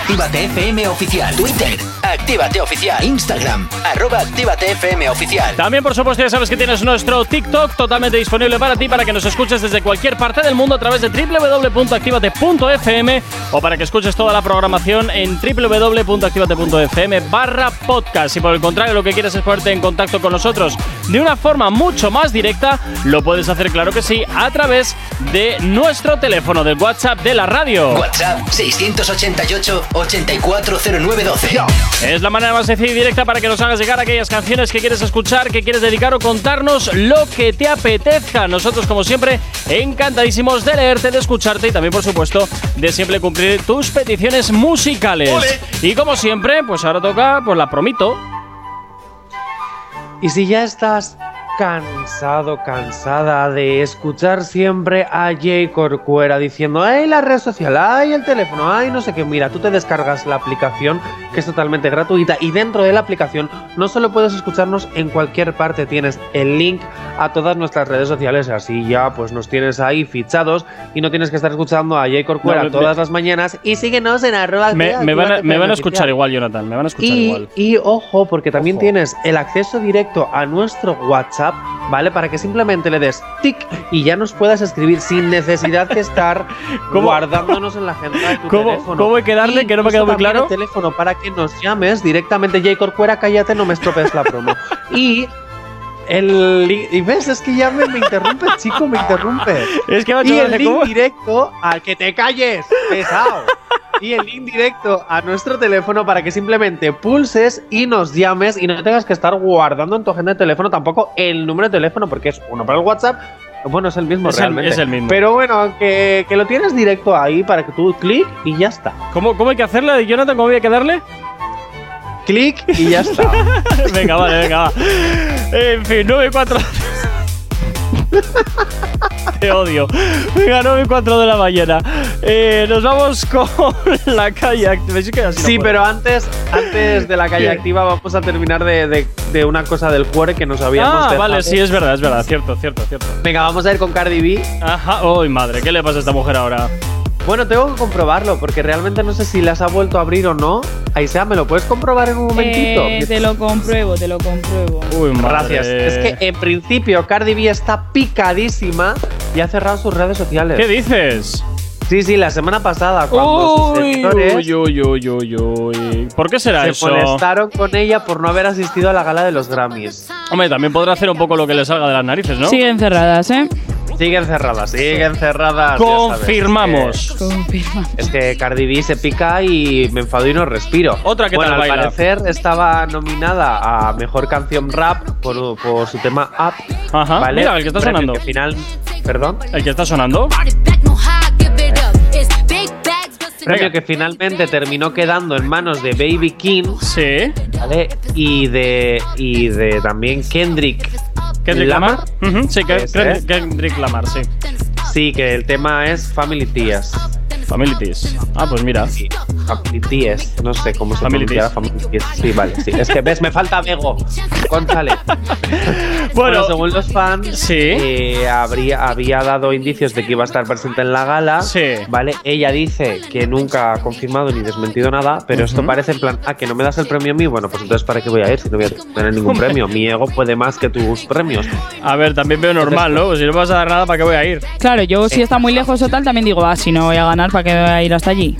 Speaker 1: Actívate FM Oficial. Twitter. Actívate Oficial. Instagram. Arroba Actívate FM Oficial.
Speaker 2: También, por supuesto, ya sabes que tienes nuestro TikTok totalmente disponible para ti, para que nos escuches desde cualquier parte del mundo a través de www.activate.fm o para que escuches toda la programación en www.activate.fm barra podcast. Si por el contrario lo que quieres es ponerte en contacto con nosotros de una forma mucho más directa, lo puedes hacer, claro que sí, a través de nuestro teléfono del WhatsApp de la radio.
Speaker 1: WhatsApp 688 840912.
Speaker 2: Es la manera más sencilla y directa para que nos hagas llegar aquellas canciones que quieres escuchar, que quieres dedicar o contarnos lo que te apetezca. Nosotros, como siempre, encantadísimos de leerte, de escucharte y también, por supuesto, de siempre cumplir tus peticiones musicales. Y como siempre, pues ahora toca, pues la promito.
Speaker 3: Y si ya estás cansado, cansada de escuchar siempre a Jay Corcuera diciendo, ay, la red social, ay, el teléfono, ay, no sé qué, mira, tú te descargas la aplicación que es totalmente gratuita y dentro de la aplicación no solo puedes escucharnos en cualquier parte, tienes el link a todas nuestras redes sociales, así ya pues nos tienes ahí fichados y no tienes que estar escuchando a Jay Corcuera
Speaker 2: No, me-
Speaker 3: todas las mañanas y síguenos en arroba.
Speaker 2: Me, me van, a, me van a escuchar
Speaker 3: igual.
Speaker 2: igual, Jonathan, me van a escuchar
Speaker 3: Y,
Speaker 2: igual.
Speaker 3: y ojo, porque también
Speaker 2: Ojo.
Speaker 3: tienes el acceso directo a nuestro WhatsApp, ¿vale? Para que simplemente le des tic y ya nos puedas escribir sin necesidad de estar
Speaker 2: ¿Cómo?
Speaker 3: guardándonos en la agenda de tu
Speaker 2: ¿Cómo-
Speaker 3: teléfono.
Speaker 2: cómo hay que darle?
Speaker 3: Y
Speaker 2: Que no me ha quedado muy
Speaker 3: incluso también
Speaker 2: claro.
Speaker 3: El teléfono para que nos llames directamente, J. Corcuera, cállate, no me estropees la promo. y. El, li- y ves, es que ya me, me interrumpe, chico, me interrumpe.
Speaker 2: Es que, macho,
Speaker 3: Y el
Speaker 2: ¿cómo?
Speaker 3: link directo al que te calles, pesado. Y el link directo a nuestro teléfono para que simplemente pulses y nos llames y no tengas que estar guardando en tu agenda de teléfono tampoco el número de teléfono, porque es uno para el WhatsApp. Bueno, es el mismo
Speaker 2: Es el-
Speaker 3: realmente.
Speaker 2: es el mismo.
Speaker 3: Pero bueno, que, que lo tienes directo ahí para que tú clic y ya está.
Speaker 2: ¿Cómo, ¿Cómo hay que hacerle, Jonathan? ¿Cómo había que darle?
Speaker 3: Clic y ya está.
Speaker 2: venga, vale, venga, va. En fin, 9 y 4. Te odio. Venga, 9 y 4 de la mañana. Eh, nos vamos con la calle. act- Es que así no
Speaker 3: Sí,
Speaker 2: puedo.
Speaker 3: pero antes, antes de la calle activa vamos a terminar de, de- de una cosa del cuore que nos habíamos
Speaker 2: Ah,
Speaker 3: dejado.
Speaker 2: vale, sí, es verdad, es verdad. Cierto, cierto, cierto.
Speaker 3: Venga, vamos a ir con Cardi B.
Speaker 2: Ajá. Uy, madre, ¿qué le pasa a esta mujer ahora?
Speaker 3: Bueno, tengo que comprobarlo porque realmente no sé si las ha vuelto a abrir o no. Aisea, ¿me lo puedes comprobar en un momentito?
Speaker 5: Eh, te lo compruebo, te lo compruebo.
Speaker 2: Uy, madre.
Speaker 3: Gracias. Es que en principio Cardi B está picadísima y ha cerrado sus redes sociales.
Speaker 2: ¿Qué dices?
Speaker 3: Sí, sí, la semana pasada cuando sus seguidores
Speaker 2: uy, uy, uy, uy, uy. ¿Por qué será
Speaker 3: se
Speaker 2: eso?
Speaker 3: molestaron con ella por no haber asistido a la gala de los Grammys.
Speaker 2: Hombre, también podrá hacer un poco lo que le salga de las narices, ¿no?
Speaker 5: Siguen cerradas, ¿eh?
Speaker 3: Siguen cerradas, siguen cerradas. ya sabes.
Speaker 2: Confirmamos.
Speaker 5: Confirma.
Speaker 3: Es que Cardi B se pica y me enfado y no respiro.
Speaker 2: Otra que
Speaker 3: bueno,
Speaker 2: tal
Speaker 3: al
Speaker 2: baila.
Speaker 3: parecer estaba nominada a mejor canción rap por, por su tema Up.
Speaker 2: Ajá, Ah,
Speaker 3: ¿vale?
Speaker 2: mira, el que está
Speaker 3: Premio
Speaker 2: sonando.
Speaker 3: que final, perdón.
Speaker 2: El que está sonando.
Speaker 3: Premio que finalmente terminó quedando en manos de Baby King,
Speaker 2: Sí.
Speaker 3: ¿vale? Y de y de también Kendrick.
Speaker 2: Kendrick Lamar. Ujú, Sí, que-
Speaker 3: Ese
Speaker 2: Kendrick-
Speaker 3: es.
Speaker 2: Kendrick Lamar, sí.
Speaker 3: Sí, que el tema es Family Tears.
Speaker 2: Family Ties. Ah, pues mira.
Speaker 3: Family Ties, no sé cómo se
Speaker 2: Family
Speaker 3: pronunciará
Speaker 2: Ties.
Speaker 3: Family Ties. Sí, vale, sí. Es que ves, me falta Bego. González.
Speaker 2: Bueno,
Speaker 3: según los fans,
Speaker 2: Sí.
Speaker 3: eh, habría, había dado indicios de que iba a estar presente en la gala.
Speaker 2: Sí.
Speaker 3: Vale, ella dice que nunca ha confirmado ni desmentido nada, pero esto parece en plan, ah, que no me das el premio a mí. Bueno, pues entonces, ¿para qué voy a ir si no voy a tener ningún
Speaker 2: Hombre.
Speaker 3: premio? Mi ego puede más que tus premios.
Speaker 2: a ver, también veo normal, ¿no? Pues Si no me vas a dar nada, ¿para qué voy a ir?
Speaker 5: Claro, yo
Speaker 2: Eh.
Speaker 5: si está muy lejos o tal, también digo, ah, si no voy a ganar, ¿para qué voy a ir hasta allí?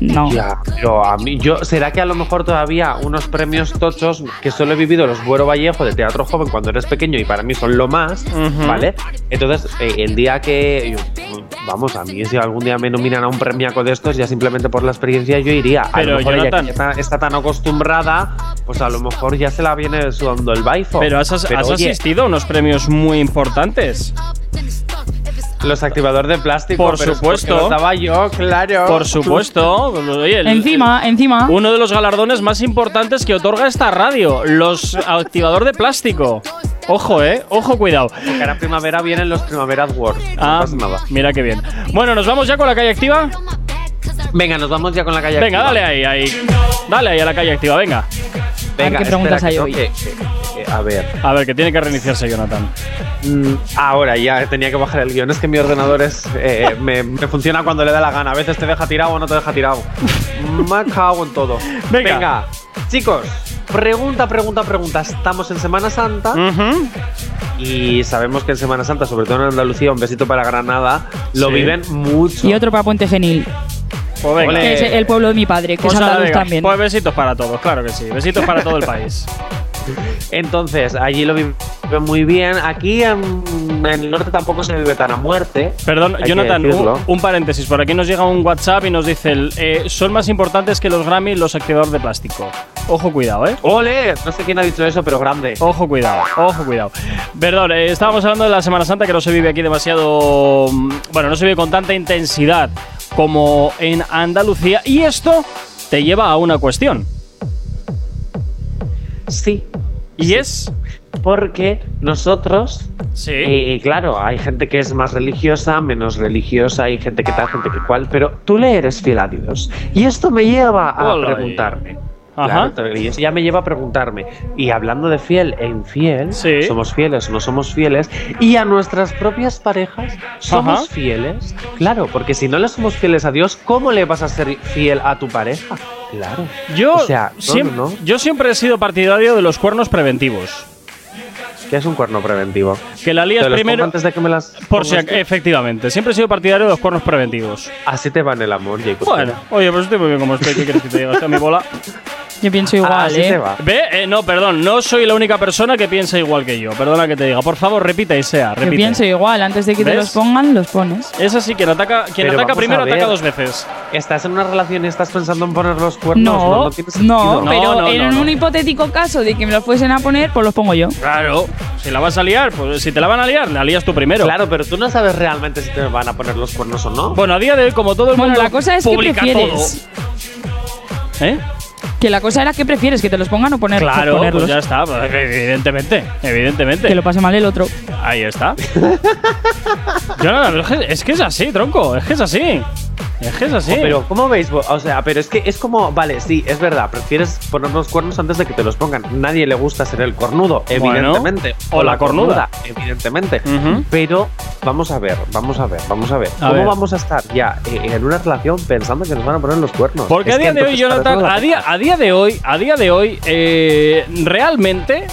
Speaker 5: No.
Speaker 3: Ya, pero a mí, yo, ¿será que a lo mejor todavía unos premios tochos que solo he vivido los Buero Vallejo de Teatro Joven cuando eres pequeño y para mí son lo más,
Speaker 2: Ujú.
Speaker 3: ¿vale? Entonces, eh, el día que, yo, vamos, a mí si algún día me nominan a un premiaco de estos, ya simplemente por la experiencia yo iría. A
Speaker 2: Pero,
Speaker 3: lo mejor ella que
Speaker 2: Jonathan.
Speaker 3: ya está, está tan acostumbrada, pues a lo mejor ya se la viene sudando el baifo.
Speaker 2: Pero has, has
Speaker 3: Oh, oye,
Speaker 2: asistido a unos premios muy importantes.
Speaker 3: Los activadores de plástico,
Speaker 2: Por
Speaker 3: pero es
Speaker 2: supuesto.
Speaker 3: porque los daba yo, claro.
Speaker 2: Por supuesto. Oye, el-
Speaker 5: Encima, encima.
Speaker 2: Uno de los galardones más importantes que otorga esta radio, los activador de plástico. Ojo, eh, ojo, cuidado.
Speaker 3: Cara a primavera vienen los Primavera Awards. No
Speaker 2: Ah,
Speaker 3: pasa nada.
Speaker 2: mira qué bien. Bueno, nos vamos ya con la calle activa.
Speaker 3: Venga, nos vamos ya con la calle.
Speaker 2: Venga,
Speaker 3: activa.
Speaker 2: dale ahí, ahí. Dale ahí a la calle activa, venga.
Speaker 3: Venga,
Speaker 5: A ver qué preguntas
Speaker 3: espera,
Speaker 5: hay
Speaker 3: que
Speaker 5: hoy.
Speaker 3: tengo que- que- que- a ver,
Speaker 2: A ver, que tiene que reiniciarse Jonathan.
Speaker 3: Mm, ahora ya tenía que bajar el guión. Es que mi ordenador es, eh, me, me funciona cuando le da la gana. A veces te deja tirado o no te deja tirado. Me cago en todo.
Speaker 2: Venga.
Speaker 3: chicos, pregunta, pregunta, pregunta. Estamos en Semana Santa
Speaker 2: Ujú. Mm.
Speaker 3: y sabemos que en Semana Santa, sobre todo en Andalucía, un besito para Granada, lo
Speaker 2: Sí.
Speaker 3: viven mucho.
Speaker 5: Y otro para Puente Genil,
Speaker 2: Pues venga.
Speaker 3: Ole.
Speaker 5: que es
Speaker 3: Eh,
Speaker 5: el pueblo de mi padre, que
Speaker 2: Pues
Speaker 5: es
Speaker 2: nada,
Speaker 5: andaluz
Speaker 2: venga.
Speaker 5: también.
Speaker 2: Pues besitos para todos, claro que sí. Besitos para todo el país.
Speaker 3: Entonces, allí lo viven muy bien. Aquí en, en el norte tampoco se vive tan a muerte.
Speaker 2: Perdón,
Speaker 3: Hay que
Speaker 2: Jonathan,
Speaker 3: decirlo.
Speaker 2: un, un paréntesis. Por aquí nos llega un WhatsApp y nos dice: el, eh, son más importantes que los Grammy los activadores de plástico. Ojo, cuidado, eh.
Speaker 3: Ole, no sé quién ha dicho eso, pero grande.
Speaker 2: Ojo, cuidado, ojo, cuidado. Perdón, eh, estábamos hablando de la Semana Santa que no se vive aquí demasiado. mm, Bueno, no se vive con tanta intensidad como en Andalucía. Y esto te lleva a una cuestión.
Speaker 3: Sí,
Speaker 2: Y es.
Speaker 3: porque nosotros,
Speaker 2: Sí.
Speaker 3: eh, claro, hay gente que es más religiosa, menos religiosa, hay gente que tal, gente que cual, pero tú le eres fiel a Dios. Y esto me lleva a
Speaker 2: Ole.
Speaker 3: preguntarme.
Speaker 2: Ajá.
Speaker 3: Claro, y eso ya me lleva a preguntarme. Y hablando de fiel e infiel,
Speaker 2: Sí.
Speaker 3: ¿somos fieles o no somos fieles? Y a nuestras propias parejas, ¿somos
Speaker 2: Ajá.
Speaker 3: fieles? Claro, porque si no le somos fieles a Dios, ¿cómo le vas a ser fiel a tu pareja? Claro.
Speaker 2: Yo,
Speaker 3: o sea, no,
Speaker 2: siempre,
Speaker 3: no,
Speaker 2: yo siempre he sido partidario de los cuernos preventivos.
Speaker 3: que es un cuerno preventivo.
Speaker 2: Que la lías
Speaker 3: Te los
Speaker 2: primero.
Speaker 3: pongo antes de que me las
Speaker 2: Por si,
Speaker 3: pongas
Speaker 2: ac- eh, efectivamente, siempre he sido partidario de los cuernos preventivos.
Speaker 3: tú. así te van el amor, Jacob.
Speaker 2: Bueno, oye, pues estoy muy bien como estoy. ¿Qué quieres que te diga? Está mi bola.
Speaker 5: Yo pienso igual,
Speaker 3: así
Speaker 5: ¿eh?
Speaker 3: te va.
Speaker 2: ¿Ve? Eh, no, perdón, no soy la única persona que piensa igual que yo. Perdona que te diga. Por favor, repita y sea.
Speaker 5: Yo
Speaker 2: Repite.
Speaker 5: pienso igual, antes de que te
Speaker 2: ¿Ves?
Speaker 5: los pongan, los pones.
Speaker 2: Es así, quien ataca, quien
Speaker 3: Pero
Speaker 2: ataca
Speaker 3: vamos
Speaker 2: primero
Speaker 3: a ver.
Speaker 2: ataca dos veces.
Speaker 3: ¿Estás en una relación y estás pensando en poner los cuernos? No,
Speaker 5: No,
Speaker 3: no, tiene
Speaker 5: no,
Speaker 3: sentido.
Speaker 2: Pues No,
Speaker 5: pero
Speaker 2: no,
Speaker 5: en
Speaker 2: no,
Speaker 5: un
Speaker 2: no.
Speaker 5: hipotético caso de que me los fuesen a poner, pues los pongo yo.
Speaker 2: Claro. Si la vas a liar, pues si te la van a liar, la lías tú primero.
Speaker 3: Claro, pero tú no sabes realmente si te van a poner los cuernos o no.
Speaker 2: Bueno, a día de hoy, como todo el
Speaker 5: Bueno,
Speaker 2: mundo.
Speaker 5: la cosa es que
Speaker 2: publica
Speaker 5: prefieres.
Speaker 2: todo. ¿Eh?
Speaker 5: Que la cosa era que prefieres, que te los pongan o poner,
Speaker 2: Claro,
Speaker 5: ponerlos.
Speaker 2: pues ya está. pues, Evidentemente. Evidentemente.
Speaker 5: Que lo pase mal el otro.
Speaker 2: Ahí está. Yo nada, pero es que- es que es así, tronco. Es que es así. Es que es así.
Speaker 3: Pero, ¿cómo veis? vo- O sea, pero es que es como, vale, sí, es verdad, prefieres poner los cuernos antes de que te los pongan. Nadie le gusta ser el cornudo,
Speaker 2: Bueno,
Speaker 3: evidentemente.
Speaker 2: o la cornuda.
Speaker 3: evidentemente.
Speaker 2: Ujú.
Speaker 3: Pero vamos a ver, vamos a ver, vamos a ver.
Speaker 2: A
Speaker 3: ¿Cómo
Speaker 2: ver.
Speaker 3: vamos a estar ya eh, en una relación pensando que nos van a poner los cuernos?
Speaker 2: Porque
Speaker 3: Es
Speaker 2: a
Speaker 3: que
Speaker 2: día de hoy,
Speaker 3: entonces, ¿para
Speaker 2: Jonathan,
Speaker 3: qué nos la
Speaker 2: a día, a día de hoy, a día de hoy, eh, realmente,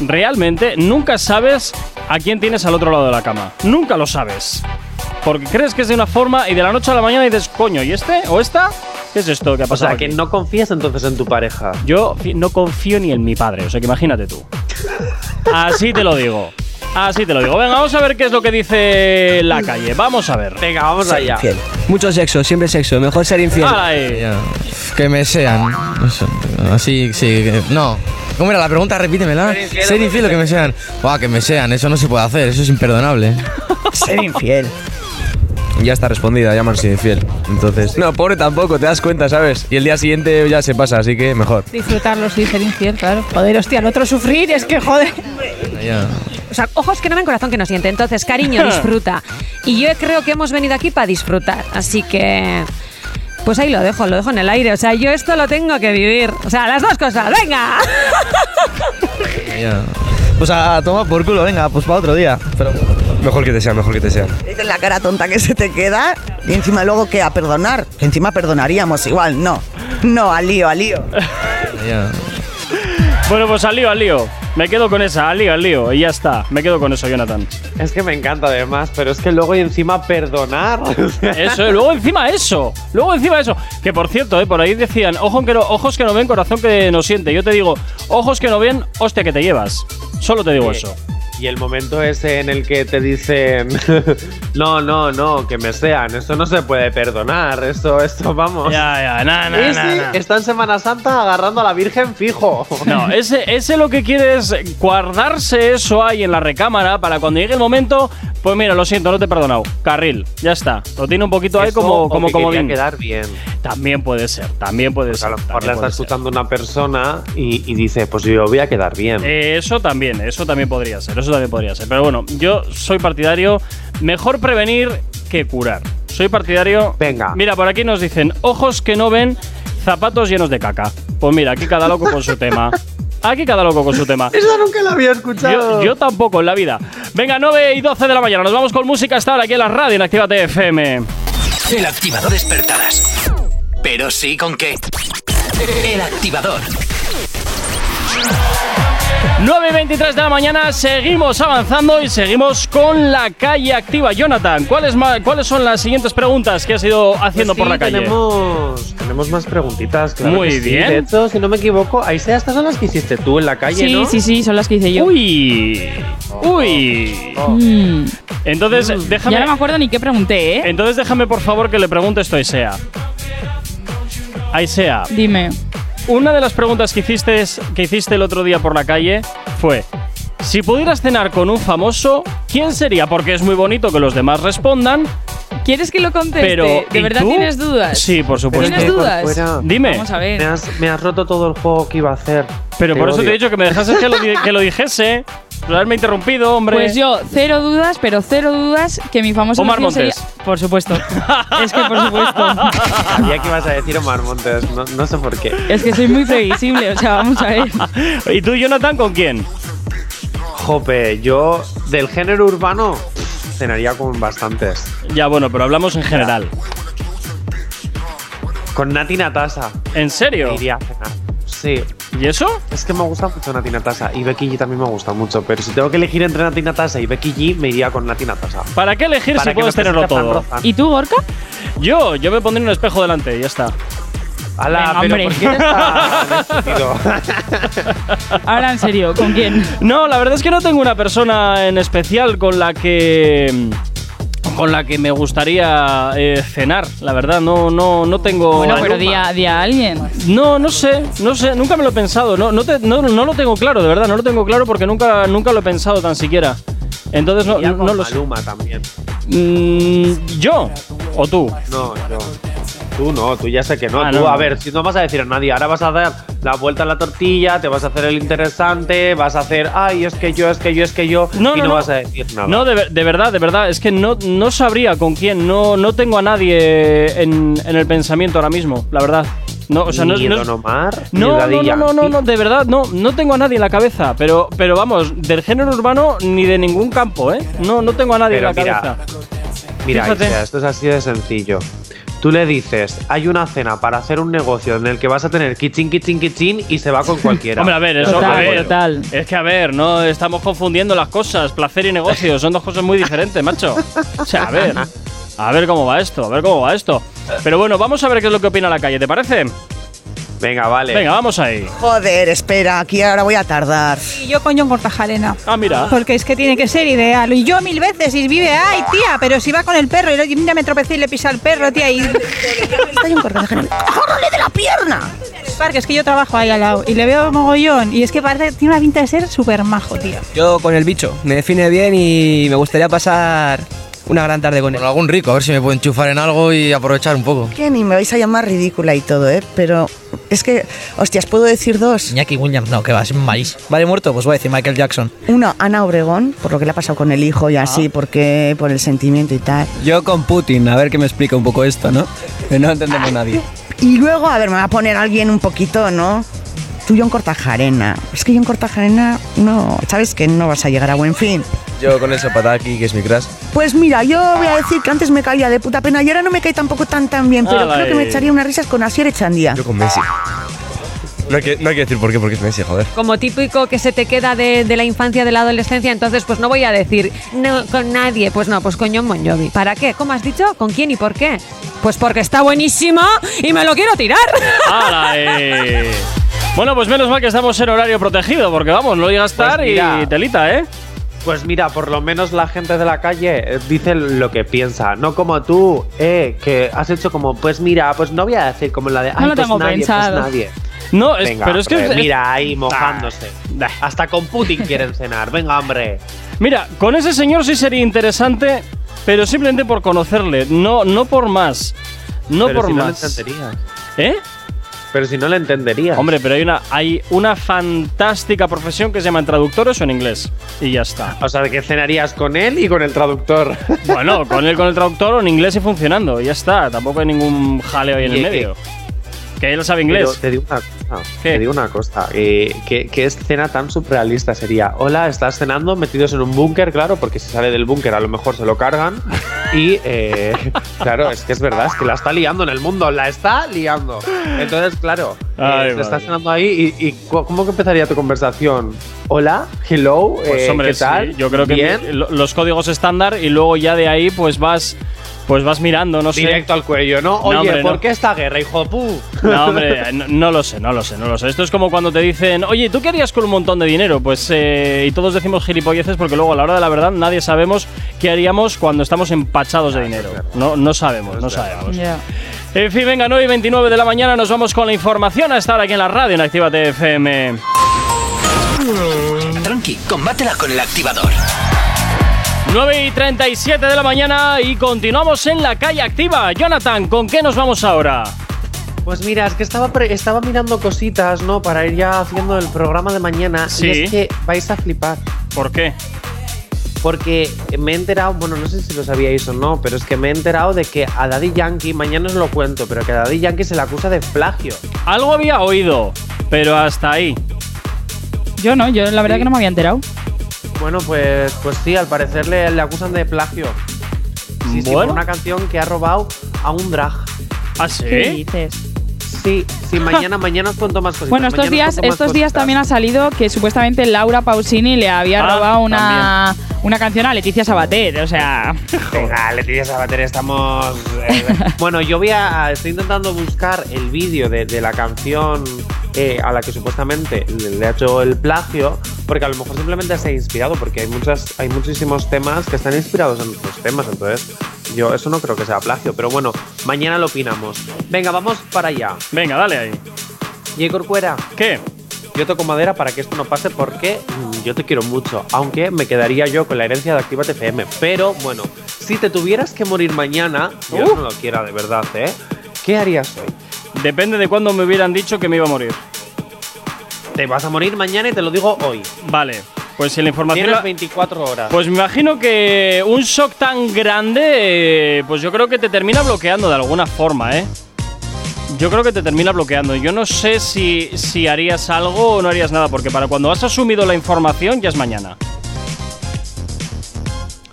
Speaker 2: realmente, nunca sabes a quién tienes al otro lado de la cama. Nunca lo sabes. Porque crees que es de una forma y de la noche a la mañana dices, coño, ¿y este? ¿O esta? ¿Qué es esto que ha
Speaker 3: O
Speaker 2: pasado?
Speaker 3: sea, que
Speaker 2: aquí?".
Speaker 3: no confías entonces en tu pareja.
Speaker 2: Yo fi- no confío ni en mi padre, o sea que imagínate tú. Así te lo digo. Así te lo digo. Venga, vamos a ver qué es lo que dice la calle. Vamos a ver.
Speaker 3: Venga, vamos allá.
Speaker 7: Fiel. Mucho sexo, siempre sexo. Mejor ser infiel.
Speaker 2: Ay.
Speaker 7: Ya, Que me sean. Eso, Así, sí. que- No. ¿Cómo era la pregunta? Repítemela. Ser infiel, o que me sean. Buah, que me sean. Eso no se puede hacer. Eso es imperdonable. ser infiel. Ya está respondida, llamarse infiel. Entonces. No, pobre tampoco, te das cuenta, ¿sabes? Y el día siguiente ya se pasa, así que mejor.
Speaker 8: Disfrutarlo sin ser infiel, claro. Joder, hostia, el otro sufrir es que joder. O sea, ojos que no ven, corazón que no siente. Entonces, cariño, disfruta. Y yo creo que hemos venido aquí para disfrutar. Así que. Pues ahí lo dejo, lo dejo en el aire. O sea, yo esto lo tengo que vivir. O sea, las dos cosas, venga.
Speaker 7: Ya. Pues a, a tomar por culo, venga, pues para otro día. Pero
Speaker 9: Mejor que te sea, mejor que te sea.
Speaker 10: Esa es la cara tonta que se te queda y encima luego que a perdonar. Encima perdonaríamos igual, no. No, al lío, al lío.
Speaker 7: ya.
Speaker 2: Bueno, pues al lío, al lío. Me quedo con esa, al lío, al lío. Y ya está. Me quedo con eso, Jonathan.
Speaker 3: Es que me encanta además, pero es que luego y encima perdonar. o sea,
Speaker 2: Eso, y luego encima eso. Luego encima eso. Que por cierto, eh, por ahí decían, Ojo que no- ojos que no ven, corazón que no siente. Yo te digo, ojos que no ven, hostia que te llevas. Solo te digo eso.
Speaker 3: y el momento ese en el que te dicen, no, no, no, que me sean, esto no se puede perdonar, esto, esto, vamos.
Speaker 2: Ya, ya, na, na,
Speaker 3: Ese
Speaker 2: na, na.
Speaker 3: está en Semana Santa agarrando a la Virgen fijo.
Speaker 2: No, ese, ese lo que quiere es guardarse eso ahí en la recámara para cuando llegue el momento, pues mira, lo siento, no te he perdonado. Carril, ya está. Lo tiene un poquito ahí
Speaker 3: Eso,
Speaker 2: como,
Speaker 3: o
Speaker 2: como
Speaker 3: que quería
Speaker 2: comodín.
Speaker 3: quedar bien.
Speaker 2: También puede ser, también puede
Speaker 3: Pues
Speaker 2: ser.
Speaker 3: a lo mejor
Speaker 2: también
Speaker 3: la está
Speaker 2: puede ser.
Speaker 3: escuchando una persona y, y dice, pues yo voy a quedar bien.
Speaker 2: Eh, Eso también, eso también podría ser, eso también podría ser. Pero bueno, yo soy partidario, mejor prevenir que curar. Soy partidario.
Speaker 3: Venga.
Speaker 2: Mira, por aquí nos dicen, ojos que no ven, zapatos llenos de caca. Pues mira, aquí cada loco con su tema. Aquí cada loco con su tema.
Speaker 3: Eso nunca la había escuchado.
Speaker 2: Yo, yo tampoco en la vida. Venga, 9 y 12 de la mañana. Nos vamos con música hasta ahora aquí en la radio en Actívate FM.
Speaker 1: El activador despertarás. Pero sí con qué. El activador.
Speaker 2: 9 y 23 de la mañana. Seguimos avanzando y seguimos con la calle activa. Jonathan, ¿cuáles, ma- ¿cuáles son las siguientes preguntas que has ido haciendo
Speaker 3: Pues
Speaker 2: por
Speaker 3: sí,
Speaker 2: la calle?
Speaker 3: Tenemos, tenemos más preguntitas, claro.
Speaker 2: Muy
Speaker 3: que sí.
Speaker 2: bien.
Speaker 3: De hecho, si no me equivoco, ahí sea, estas son las que hiciste tú en la calle,
Speaker 5: sí,
Speaker 3: ¿no?
Speaker 5: sí, sí, son las que hice yo.
Speaker 2: Uy. Uy.
Speaker 5: Mm.
Speaker 2: Entonces,
Speaker 5: Ya no me
Speaker 2: déjame.
Speaker 5: acuerdo ni qué pregunté, ¿eh?
Speaker 2: Entonces déjame por favor que le pregunte esto a Isea. A Isea,
Speaker 5: Dime.
Speaker 2: Una de las preguntas que hiciste, es- que hiciste el otro día por la calle fue, si pudieras cenar con un famoso, ¿quién sería? Porque es muy bonito que los demás respondan,
Speaker 5: ¿Quieres que lo conteste?
Speaker 2: pero...
Speaker 5: Pues ¿De
Speaker 2: ¿y
Speaker 5: verdad
Speaker 2: tú?
Speaker 5: tienes dudas?
Speaker 2: Sí, por
Speaker 3: Pero
Speaker 2: supuesto.
Speaker 5: ¿Tienes
Speaker 3: que por
Speaker 5: dudas?
Speaker 3: fuera-
Speaker 2: Dime,
Speaker 5: Vamos a
Speaker 3: Me
Speaker 5: ver.
Speaker 3: has, me has roto todo el juego que iba a hacer.
Speaker 2: pero
Speaker 3: Te
Speaker 2: por eso te
Speaker 3: odio.
Speaker 2: he dicho que me dejases que lo, di- que lo dijese. Por haberme interrumpido, hombre.
Speaker 5: Pues yo, cero dudas, pero cero dudas que mi famoso
Speaker 2: Omar
Speaker 5: elección
Speaker 2: Montes.
Speaker 5: sería- Por supuesto. es que por supuesto.
Speaker 3: Sabía que ibas a decir Omar Montes, no, no sé por qué.
Speaker 5: es que soy muy previsible, o sea, vamos a ver.
Speaker 2: ¿Y tú, Jonathan, con quién?
Speaker 3: Jope, yo del género urbano pff, cenaría con bastantes.
Speaker 2: Ya, bueno, pero hablamos en general.
Speaker 3: Con Nati Natasa.
Speaker 2: ¿En serio?
Speaker 3: me Iría a cenar. Sí,
Speaker 2: ¿Y eso?
Speaker 3: es que me gusta mucho Nati Natasa y Becky G también me gusta mucho, pero si tengo que elegir entre Nati Natasa y Becky G, me iría con Nati Natasa.
Speaker 2: ¿Para qué elegir si
Speaker 3: Para que me
Speaker 2: puedes tenerlo
Speaker 3: presente a Fran
Speaker 2: todo?
Speaker 3: Rozan.
Speaker 5: ¿Y tú, Gorka?
Speaker 2: Yo, yo me pondré un espejo delante y ya está.
Speaker 3: Ala,
Speaker 5: Venga,
Speaker 3: pero
Speaker 5: hombre.
Speaker 3: ¿por qué eres tan estúpido?
Speaker 5: Ahora en serio, ¿con quién?
Speaker 2: No, la verdad es que no tengo una persona en especial con la que con la que me gustaría eh, cenar, la verdad, no, no, no tengo.
Speaker 5: bueno, pero
Speaker 2: Maluma.
Speaker 5: di a, di a alguien.
Speaker 2: No, no sé, no sé, nunca me lo he pensado, no, no, te- no, no lo tengo claro, de verdad, no lo tengo claro porque nunca, nunca lo he pensado tan siquiera. Entonces no,
Speaker 3: Iría
Speaker 2: no
Speaker 3: con
Speaker 2: lo sé.
Speaker 3: Maluma también.
Speaker 2: Mm, ¿Yo? ¿O tú?
Speaker 3: No, yo. Tú no, tú ya sé que no.
Speaker 2: Ah,
Speaker 3: tú,
Speaker 2: no,
Speaker 3: a
Speaker 2: no.
Speaker 3: ver, si no vas a decir a nadie, ahora vas a dar la vuelta a la tortilla, te vas a hacer el interesante, vas a hacer, ay, es que yo, es que yo, es que yo,
Speaker 2: No,
Speaker 3: y
Speaker 2: no,
Speaker 3: no,
Speaker 2: no.
Speaker 3: vas a decir nada.
Speaker 2: No, de, ver- de verdad, de verdad, es que no, no sabría con quién, no, no tengo a nadie en, en el pensamiento ahora mismo, la verdad. No, o sea, no,
Speaker 3: ni
Speaker 2: no-
Speaker 3: Don Omar, ni
Speaker 2: No, no, no, no,
Speaker 3: Daddy
Speaker 2: no,
Speaker 3: Yankee.
Speaker 2: no, de verdad, no, no tengo a nadie en la cabeza, pero, pero vamos, del género urbano ni de ningún campo, ¿eh? No, no tengo a nadie
Speaker 3: Pero
Speaker 2: en la
Speaker 3: mira,
Speaker 2: cabeza.
Speaker 3: Mira,
Speaker 2: Fíjate.
Speaker 3: Isa, esto es así de sencillo. Tú le dices, hay una cena para hacer un negocio en el que vas a tener kitchen, kitchen, kitchen y se va con cualquiera.
Speaker 2: Hombre, a ver, eso,
Speaker 5: Total,
Speaker 2: a ver,
Speaker 5: total.
Speaker 2: es que a ver, no estamos confundiendo las cosas, placer y negocio, son dos cosas muy diferentes, macho. O sea, a ver, a ver cómo va esto, a ver cómo va esto. Pero bueno, vamos a ver qué es lo que opina la calle, ¿te parece?
Speaker 3: Venga, vale.
Speaker 2: Venga, vamos ahí.
Speaker 10: Joder, espera, aquí ahora voy a tardar.
Speaker 8: Y yo con John Cortajarena.
Speaker 2: Ah, mira.
Speaker 8: Porque es que tiene que ser ideal. Y yo mil veces, y vive, ay, tía, pero si va con el perro, y lo- mira, me tropecé y le pisa al perro, tía, y. Está John Cortajarena.
Speaker 10: ¡Córrele de la pierna!
Speaker 8: El parque, es que yo trabajo ahí al lado, y le veo mogollón, y es que parece, tiene una pinta de ser súper majo, tío.
Speaker 11: Yo con el bicho, me define bien y me gustaría pasar
Speaker 7: una gran tarde con él. Con algún rico, a ver si me puedo enchufar en algo y aprovechar un poco.
Speaker 10: Que ni me vais a llamar ridícula y todo, ¿eh? Pero es que, hostias, ¿puedo decir dos?
Speaker 11: Iñaki Williams, no, que va, es un maíz. Vale muerto, pues voy a decir Michael Jackson.
Speaker 10: Uno, Ana Obregón, por lo que le ha pasado con el hijo y así, porque por el sentimiento y tal.
Speaker 12: Ah. Yo con Putin, a ver que me explica un poco esto, ¿no? Que no entendemos nadie.
Speaker 10: Y luego, a ver, me va a poner alguien un poquito, ¿no? Tú, John Cortajarena. Es que John Cortajarena, no, sabes que no vas a llegar a buen fin.
Speaker 9: Yo con el Zapataki, que es mi crush.
Speaker 10: Pues mira, yo voy a decir que antes me caía de puta pena y ahora no me cae tampoco tan tan bien, pero
Speaker 9: Ala,
Speaker 10: creo que me
Speaker 9: eh.
Speaker 10: echaría unas risas con Asier Echandía.
Speaker 9: Yo con Messi. No hay, que, no hay que decir por qué, porque es Messi, joder.
Speaker 13: Como típico que se te queda de, de la infancia, de la adolescencia, entonces pues no voy a decir no, con nadie, pues no, pues con John Bon Jovi. ¿Para qué? ¿Cómo has dicho? ¿Con quién y por qué? Pues porque está buenísimo y me lo quiero tirar.
Speaker 2: ¡Hala, eh! Bueno, pues menos mal que estamos en horario protegido, porque vamos, no llegas
Speaker 3: Pues
Speaker 2: tarde y
Speaker 3: mira.
Speaker 2: telita, ¿eh?
Speaker 3: Pues mira, por lo menos la gente de la calle eh, dice lo que piensa, no como tú, eh, que has hecho como, pues mira, pues no voy a decir como la de,
Speaker 5: No
Speaker 3: ay,
Speaker 5: lo
Speaker 3: pues
Speaker 5: tengo
Speaker 3: nadie, pues
Speaker 5: pensado".
Speaker 3: nadie.
Speaker 2: No, es-
Speaker 3: Venga,
Speaker 2: pero es que-
Speaker 3: hombre,
Speaker 2: es-
Speaker 3: mira, ahí mojándose. Hasta con Putin quieren cenar, venga, hombre.
Speaker 2: Mira, con ese señor sí sería interesante, pero simplemente por conocerle, no, no por más. No
Speaker 3: Pero
Speaker 2: por
Speaker 3: si no le
Speaker 2: más.
Speaker 3: entenderías.
Speaker 2: ¿Eh?
Speaker 3: Pero si no le entenderías.
Speaker 2: Hombre, pero hay una, hay una fantástica profesión que se llaman traductores o en inglés. Y ya está.
Speaker 3: O sea, que cenarías con él y con el traductor.
Speaker 2: Bueno, con él con el traductor o en inglés y funcionando. Y ya está. Tampoco hay ningún jaleo ahí en el
Speaker 3: Oye, que-
Speaker 2: medio. Que él sabe inglés.
Speaker 3: Pero te digo una cosa. Te digo una cosa. Eh, ¿qué, qué escena tan surrealista sería? Hola, estás cenando metidos en un búnker, claro, porque si sale del búnker a lo mejor se lo cargan. Y eh, claro, es que es verdad, es que la está liando en el mundo, la está liando. Entonces, claro, eh,
Speaker 2: Ay,
Speaker 3: se está
Speaker 2: madre.
Speaker 3: cenando ahí y, y cu- ¿cómo que empezaría tu conversación? Hola, hello,
Speaker 2: Pues
Speaker 3: eh,
Speaker 2: hombre,
Speaker 3: ¿qué
Speaker 2: sí,
Speaker 3: tal?
Speaker 2: yo creo que
Speaker 3: Bien.
Speaker 2: mi- lo- los códigos estándar y luego ya de ahí pues vas pues vas mirando, no sé.
Speaker 3: Directo al cuello, ¿no? Oye,
Speaker 2: hombre,
Speaker 3: ¿por
Speaker 2: no.
Speaker 3: qué esta guerra, hijo de pu?
Speaker 2: No, hombre, no, no lo sé, no lo sé, no lo sé. Esto es como cuando te dicen, oye, ¿tú qué harías con un montón de dinero? Pues, eh, y todos decimos gilipolleces porque luego a la hora de la verdad nadie sabemos qué haríamos cuando estamos empachados de dinero. No, no sabemos, no sabemos. En fin, venga, 9 y 29 de la mañana nos vamos con la información a estar aquí en la radio en Actívate FM.
Speaker 1: Tranqui, combátela con el activador.
Speaker 2: 9 y 37 de la mañana y continuamos en la calle activa. Jonathan, ¿con qué nos vamos ahora?
Speaker 3: Pues mira, es que estaba, pre- estaba mirando cositas, ¿no? Para ir ya haciendo el programa de mañana.
Speaker 2: Sí.
Speaker 3: Y es que vais a flipar.
Speaker 2: ¿Por qué?
Speaker 3: Porque me he enterado, bueno, no sé si lo sabíais o no, pero es que me he enterado de que a Daddy Yankee, mañana os lo cuento, pero que a Daddy Yankee se le acusa de plagio.
Speaker 2: Algo había oído, pero hasta ahí.
Speaker 5: Yo no, yo la verdad que no me había enterado.
Speaker 3: Bueno, pues, pues sí, al parecer le, le acusan de plagio. Sí, sí, por
Speaker 2: Bueno.
Speaker 3: una canción que ha robado a un drag.
Speaker 2: ¿Ah, sí? ¿Qué
Speaker 5: dices?
Speaker 3: Sí, sí, mañana, mañana os cuento más cositas.
Speaker 5: Bueno, estos
Speaker 3: mañana os
Speaker 5: días,
Speaker 3: cuento más
Speaker 5: estos días
Speaker 3: cositas.
Speaker 5: también ha salido que supuestamente Laura Pausini le había
Speaker 3: Ah,
Speaker 5: robado una, una canción a Leticia Sabater, o sea.
Speaker 3: Venga, Leticia Sabater, estamos. eh, bueno, yo voy a. Estoy intentando buscar el vídeo de, de la canción eh, a la que supuestamente le, le ha hecho el plagio, porque a lo mejor simplemente se ha inspirado, porque hay, muchas, hay muchísimos temas que están inspirados en otros temas, entonces yo eso no creo que sea plagio, pero bueno, mañana lo opinamos. Venga, vamos para allá.
Speaker 2: Venga, dale ahí.
Speaker 3: J. Corcuera.
Speaker 2: ¿Qué?
Speaker 3: Yo toco madera para que esto no pase porque mm, yo te quiero mucho, aunque me quedaría yo con la herencia de Activa FM. Pero bueno, si te tuvieras que morir mañana, Dios
Speaker 2: Uh.
Speaker 3: no lo quiera de verdad, ¿eh? ¿Qué harías hoy?
Speaker 2: Depende de cuándo me hubieran dicho que me iba a morir.
Speaker 3: Te vas a morir mañana y te lo digo hoy.
Speaker 2: Vale, pues si la información...
Speaker 3: Tienes 24 horas.
Speaker 2: Pues me imagino que un shock tan grande, eh, pues yo creo que te termina bloqueando de alguna forma, ¿eh? Yo creo que te termina bloqueando. Yo no sé si, si harías algo o no harías nada, porque para cuando has asumido la información ya es mañana.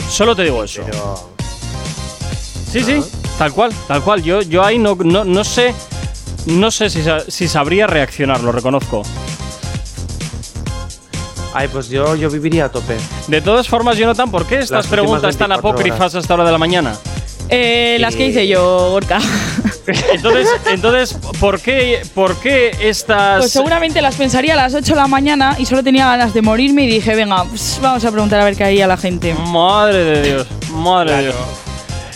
Speaker 2: Solo te digo eso. Sí, sí, tal cual, tal cual. Yo, yo ahí no, no, no sé, no sé si, sa- si sabría reaccionar, lo reconozco.
Speaker 3: Ay, pues yo, yo viviría a tope.
Speaker 2: De todas formas, Jonathan, ¿por qué estas
Speaker 3: últimas
Speaker 2: preguntas tan
Speaker 3: 24
Speaker 2: apócrifas
Speaker 3: horas.
Speaker 2: a esta hora de la mañana?
Speaker 5: Eh, las que hice yo, Gorka.
Speaker 2: Entonces, entonces ¿por, qué, ¿por qué estas.?
Speaker 5: Pues seguramente las pensaría a las 8 de la mañana y solo tenía ganas de morirme y dije, venga, pues, vamos a preguntar a ver qué haría la gente.
Speaker 2: Madre de Dios, madre de Dios.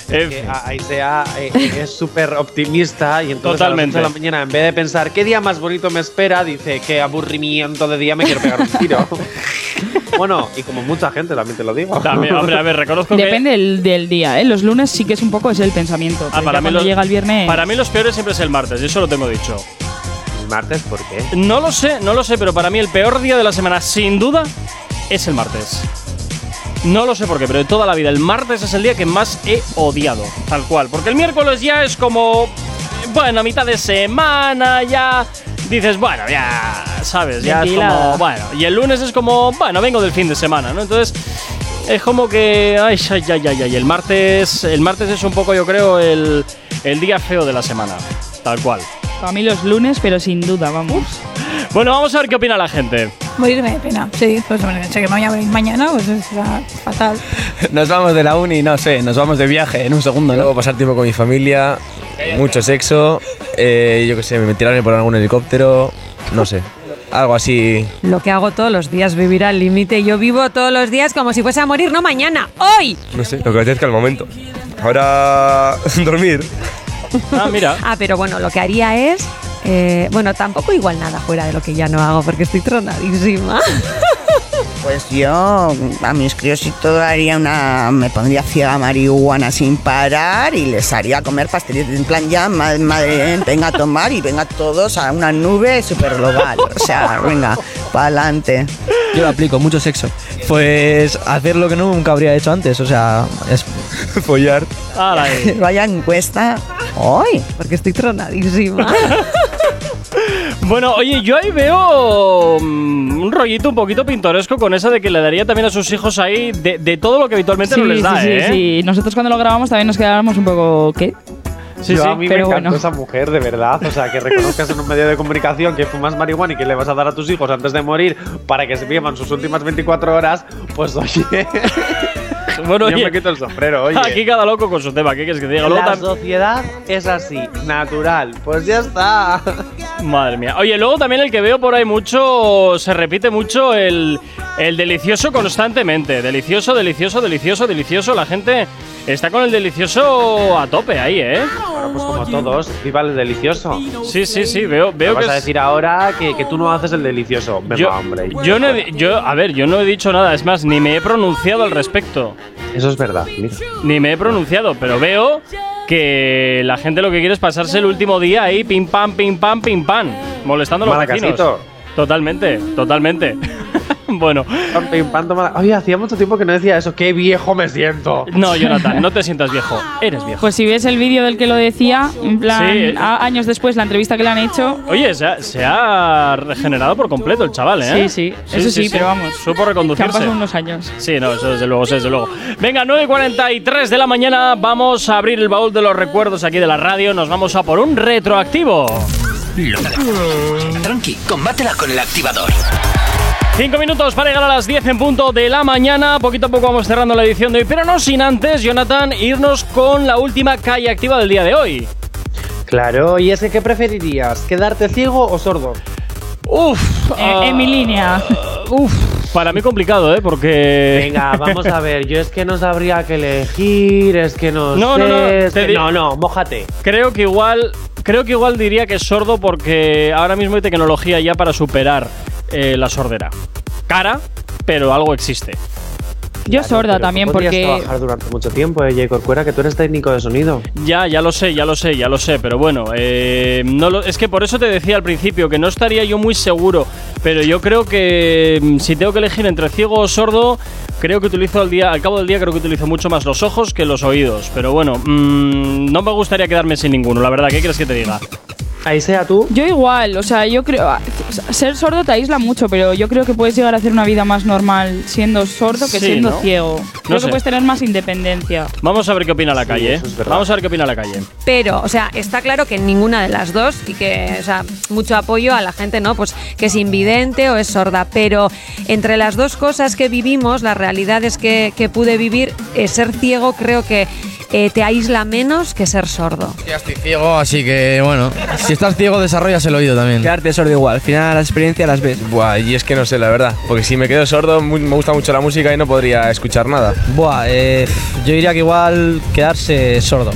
Speaker 2: En
Speaker 3: que a- Aisea eh, es súper optimista y entonces
Speaker 2: Totalmente.
Speaker 3: a las ocho de la mañana en vez de pensar qué día más bonito me espera, dice qué aburrimiento de día me quiero pegar un tiro. bueno, y como mucha gente también te lo digo.
Speaker 2: También, hombre, a ver, reconozco que-
Speaker 5: Depende del, del día, ¿eh? Los lunes sí que es un poco es el pensamiento. pero ya cuando
Speaker 2: Ah, los-
Speaker 5: llega el viernes.
Speaker 2: para mí los peores siempre es el martes, yo eso lo tengo dicho.
Speaker 3: ¿El martes por qué?
Speaker 2: No lo sé, no lo sé, pero para mí el peor día de la semana, sin duda, es el martes. No lo sé por qué, pero de toda la vida, el martes es el día que más he odiado, tal cual. Porque el miércoles ya es como, eh, bueno, a mitad de semana, ya dices, bueno, ya, ¿sabes? Ya es
Speaker 14: Ventilada.
Speaker 2: como, bueno. Y el lunes es como, bueno, vengo del fin de semana, ¿no? Entonces, es como que, ay, ay, ay, ay, ay. El martes, el martes es un poco, yo creo, el, el día feo de la semana, tal cual.
Speaker 5: Para mí los lunes, pero sin duda, vamos.
Speaker 2: Bueno, vamos a ver qué opina la gente.
Speaker 8: Morirme de pena. Sí, pues hombre, sé que me voy a morir mañana, pues será fatal.
Speaker 12: Nos vamos de la uni, no sé, nos vamos de viaje en un segundo, ¿no?
Speaker 11: Luego
Speaker 12: pasar tiempo con mi familia,
Speaker 11: Mucho sexo, eh, yo qué sé, me tiraron por algún helicóptero, no sé. Algo así.
Speaker 13: Lo que hago todos los días, vivir al límite. Yo vivo todos los días como si fuese a morir, no mañana, hoy.
Speaker 9: No sé, lo que apetezca al momento. Ahora, dormir.
Speaker 2: Ah, mira.
Speaker 13: Ah, pero bueno, lo que haría es. eh, bueno, tampoco igual nada fuera de lo que ya no hago porque estoy tronadísima.
Speaker 10: Pues yo a mis críos y todo haría una. Me pondría ciega marihuana sin parar y les haría comer pastillas. En plan, ya, ma- madre, venga a tomar y venga todos a una nube super global. O sea, venga, para adelante.
Speaker 11: Yo lo aplico, mucho sexo. Pues hacer lo que nunca habría hecho antes, o sea, es follar.
Speaker 10: Vaya encuesta hoy.
Speaker 13: Porque estoy tronadísima.
Speaker 2: Bueno, oye, yo ahí veo mm, un rollito un poquito pintoresco con eso de que le daría también a sus hijos ahí de, de todo lo que habitualmente no les da,
Speaker 5: sí,
Speaker 2: ¿eh?
Speaker 5: sí. Nosotros cuando lo grabamos también nos quedábamos un poco. ¿Qué?
Speaker 3: Yo a mí me
Speaker 5: pero
Speaker 3: encantó
Speaker 5: bueno.
Speaker 3: esa mujer, de verdad. O sea, que reconozcas en un medio de comunicación que fumas marihuana y que le vas a dar a tus hijos antes de morir para que se vivan sus últimas 24 horas, pues oye.
Speaker 2: Bueno,
Speaker 3: yo
Speaker 2: oye.
Speaker 3: me quito el sombrero, oye.
Speaker 2: Aquí cada loco con su tema, ¿qué quieres que te diga? Luego
Speaker 3: La
Speaker 2: tam-
Speaker 3: sociedad es así, natural. Pues ya está.
Speaker 2: Madre mía. Oye, luego también el que veo por ahí mucho, se repite mucho el, el delicioso constantemente. Delicioso, delicioso, delicioso, delicioso. La gente está con el delicioso a tope ahí, ¿eh?
Speaker 3: pues como todos, viva el delicioso.
Speaker 2: Sí, sí, sí, veo,
Speaker 3: Me
Speaker 2: veo que
Speaker 3: vas a
Speaker 2: es-
Speaker 3: decir ahora que, que tú no haces el delicioso. Venga, hombre.
Speaker 2: Yo no he, yo, a ver, yo no he dicho nada, es más, ni me he pronunciado al respecto.
Speaker 3: Eso es verdad,
Speaker 2: Ni me he pronunciado, pero veo que la gente lo que quiere es pasarse el último día ahí, pim pam, pim pam, pim pam, molestando a los
Speaker 3: Malacasito.
Speaker 2: vecinos. Totalmente, totalmente. bueno.
Speaker 3: Pim, pam, toma la- Oye, hacía mucho tiempo que no decía eso. ¡Qué viejo me siento!
Speaker 2: No, Jonathan, no te sientas viejo, eres viejo.
Speaker 5: Pues si ves el vídeo del que lo decía, en plan,
Speaker 2: Sí.
Speaker 5: a- años después, la entrevista que le han hecho.
Speaker 2: Oye, se ha, se ha regenerado por completo el chaval, ¿eh?
Speaker 5: Sí, sí, eso sí, pero vamos,
Speaker 2: Supo
Speaker 5: Que han
Speaker 2: reconducirse.
Speaker 5: pasado unos años.
Speaker 2: Sí, no, eso desde luego, eso desde luego. Venga, 9.43 de la mañana, vamos a abrir el baúl de los recuerdos aquí de la radio, nos vamos a por un retroactivo.
Speaker 1: Tranqui, combátela con el activador.
Speaker 2: Cinco minutos para llegar a las 10 en punto de la mañana, poquito a poco vamos cerrando la edición de hoy, pero no sin antes, Jonathan, irnos con la última calle activa del día de hoy.
Speaker 3: Claro, y es que ¿qué preferirías? ¿Quedarte ciego o sordo?
Speaker 2: Uf,
Speaker 5: Eh, en mi línea.
Speaker 2: Uf, para mí complicado, ¿eh? Porque...
Speaker 3: Venga, vamos a ver. Yo es que no sabría qué elegir, es que no,
Speaker 2: No,
Speaker 3: sé.
Speaker 2: no, no,
Speaker 3: es
Speaker 2: te
Speaker 3: que-
Speaker 2: di-
Speaker 3: no, no, mójate.
Speaker 2: Creo que igual, creo que igual diría que es sordo porque ahora mismo hay tecnología ya para superar eh, la sordera. Cara, pero algo existe.
Speaker 5: Yo sorda también,
Speaker 3: Tú podrías
Speaker 5: porque.
Speaker 3: trabajar durante mucho tiempo, eh, Jay Corcuera, que tú eres técnico de sonido.
Speaker 2: Ya, ya lo sé, ya lo sé, ya lo sé, pero bueno, eh, no lo- es que por eso te decía al principio que no estaría yo muy seguro, pero yo creo que mm, si tengo que elegir entre ciego o sordo, creo que utilizo al día, al cabo del día creo que utilizo mucho más los ojos que los oídos, pero bueno, mm, no me gustaría quedarme sin ninguno, la verdad, ¿qué quieres que te diga?
Speaker 3: Ahí sea tú.
Speaker 5: Yo igual, o sea, yo creo. ah, Ser sordo te aísla mucho, pero yo creo que puedes llegar a hacer una vida más normal siendo sordo que
Speaker 2: Sí,
Speaker 5: siendo
Speaker 2: ¿no?
Speaker 5: ciego. Creo
Speaker 2: sé.
Speaker 5: que puedes tener más independencia.
Speaker 2: Vamos a ver qué opina la calle. ¿eh? Vamos a ver qué opina la calle.
Speaker 13: Pero, o sea, está claro que ninguna de las dos y que, o sea, mucho apoyo a la gente, ¿no? Pues que es invidente o es sorda. Pero entre las dos cosas que vivimos, las realidades que, que pude vivir, eh, ser ciego creo que eh, te aísla menos que ser sordo.
Speaker 7: Ya estoy ciego, así que bueno. Si estás ciego, desarrollas el oído también.
Speaker 11: Quedarte sordo igual, al final las experiencias las ves. Buah, y es que no sé, la verdad. Porque si me quedo sordo, mu- me gusta mucho la música y no podría escuchar nada.
Speaker 14: Buah, eh, yo diría que igual quedarse sordo.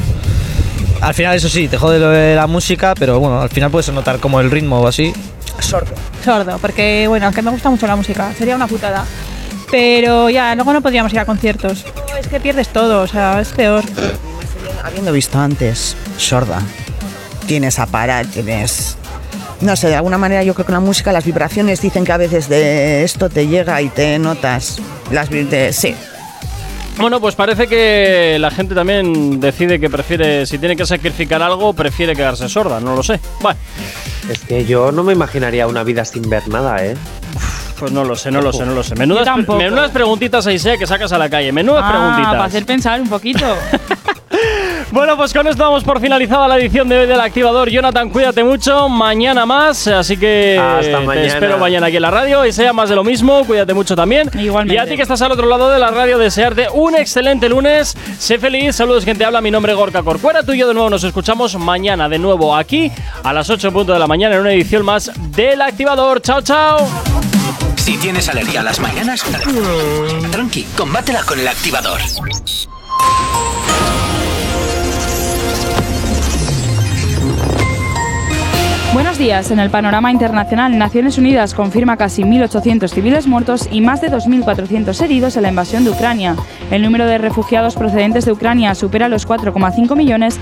Speaker 14: Al final, eso sí, te jode lo de la música, pero bueno, al final puedes notar como el ritmo o así. Sordo.
Speaker 8: Sordo, porque bueno, es que me gusta mucho la música, sería una putada. Pero ya, luego no podríamos ir a conciertos. No, Es que pierdes todo, o sea, es peor.
Speaker 10: Habiendo visto antes, sorda. Tienes aparat, tienes. No sé, de alguna manera yo creo que la música, las vibraciones dicen que a veces de esto te llega y te notas. Las vi- de- sí.
Speaker 2: Bueno, pues parece que la gente también decide que prefiere, si tiene que sacrificar algo, prefiere quedarse sorda, no lo sé. Vale,
Speaker 3: Es que yo no me imaginaría una vida sin ver nada, ¿eh?
Speaker 2: pues no lo sé, no lo sé, no lo sé. Menudas, pre- menudas preguntitas ahí sea que sacas a la calle, menudas preguntitas.
Speaker 5: Ah, para hacer pensar un poquito.
Speaker 2: Bueno, pues con esto damos por finalizada la edición de hoy del Activador. Jonathan, cuídate mucho. Mañana más, así que
Speaker 3: Hasta
Speaker 2: te
Speaker 3: mañana.
Speaker 2: espero mañana aquí en la radio. Y sea más de lo mismo, cuídate mucho también. Igualmente. Y a ti que estás al otro lado de la radio, desearte un excelente lunes. Sé feliz. Saludos, gente. Habla mi nombre es Gorka Corcuera. Tú y yo de nuevo nos escuchamos mañana de nuevo aquí a las 8 en punto de la mañana en una edición más del Activador. Chao, chao.
Speaker 1: Si tienes alergia a las mañanas, tranqui, combátela con el activador.
Speaker 5: Buenos días. En el panorama internacional, Naciones Unidas confirma casi 1.800 civiles muertos y más de 2.400 heridos en la invasión de Ucrania. El número de refugiados procedentes de Ucrania supera los 4,5 millones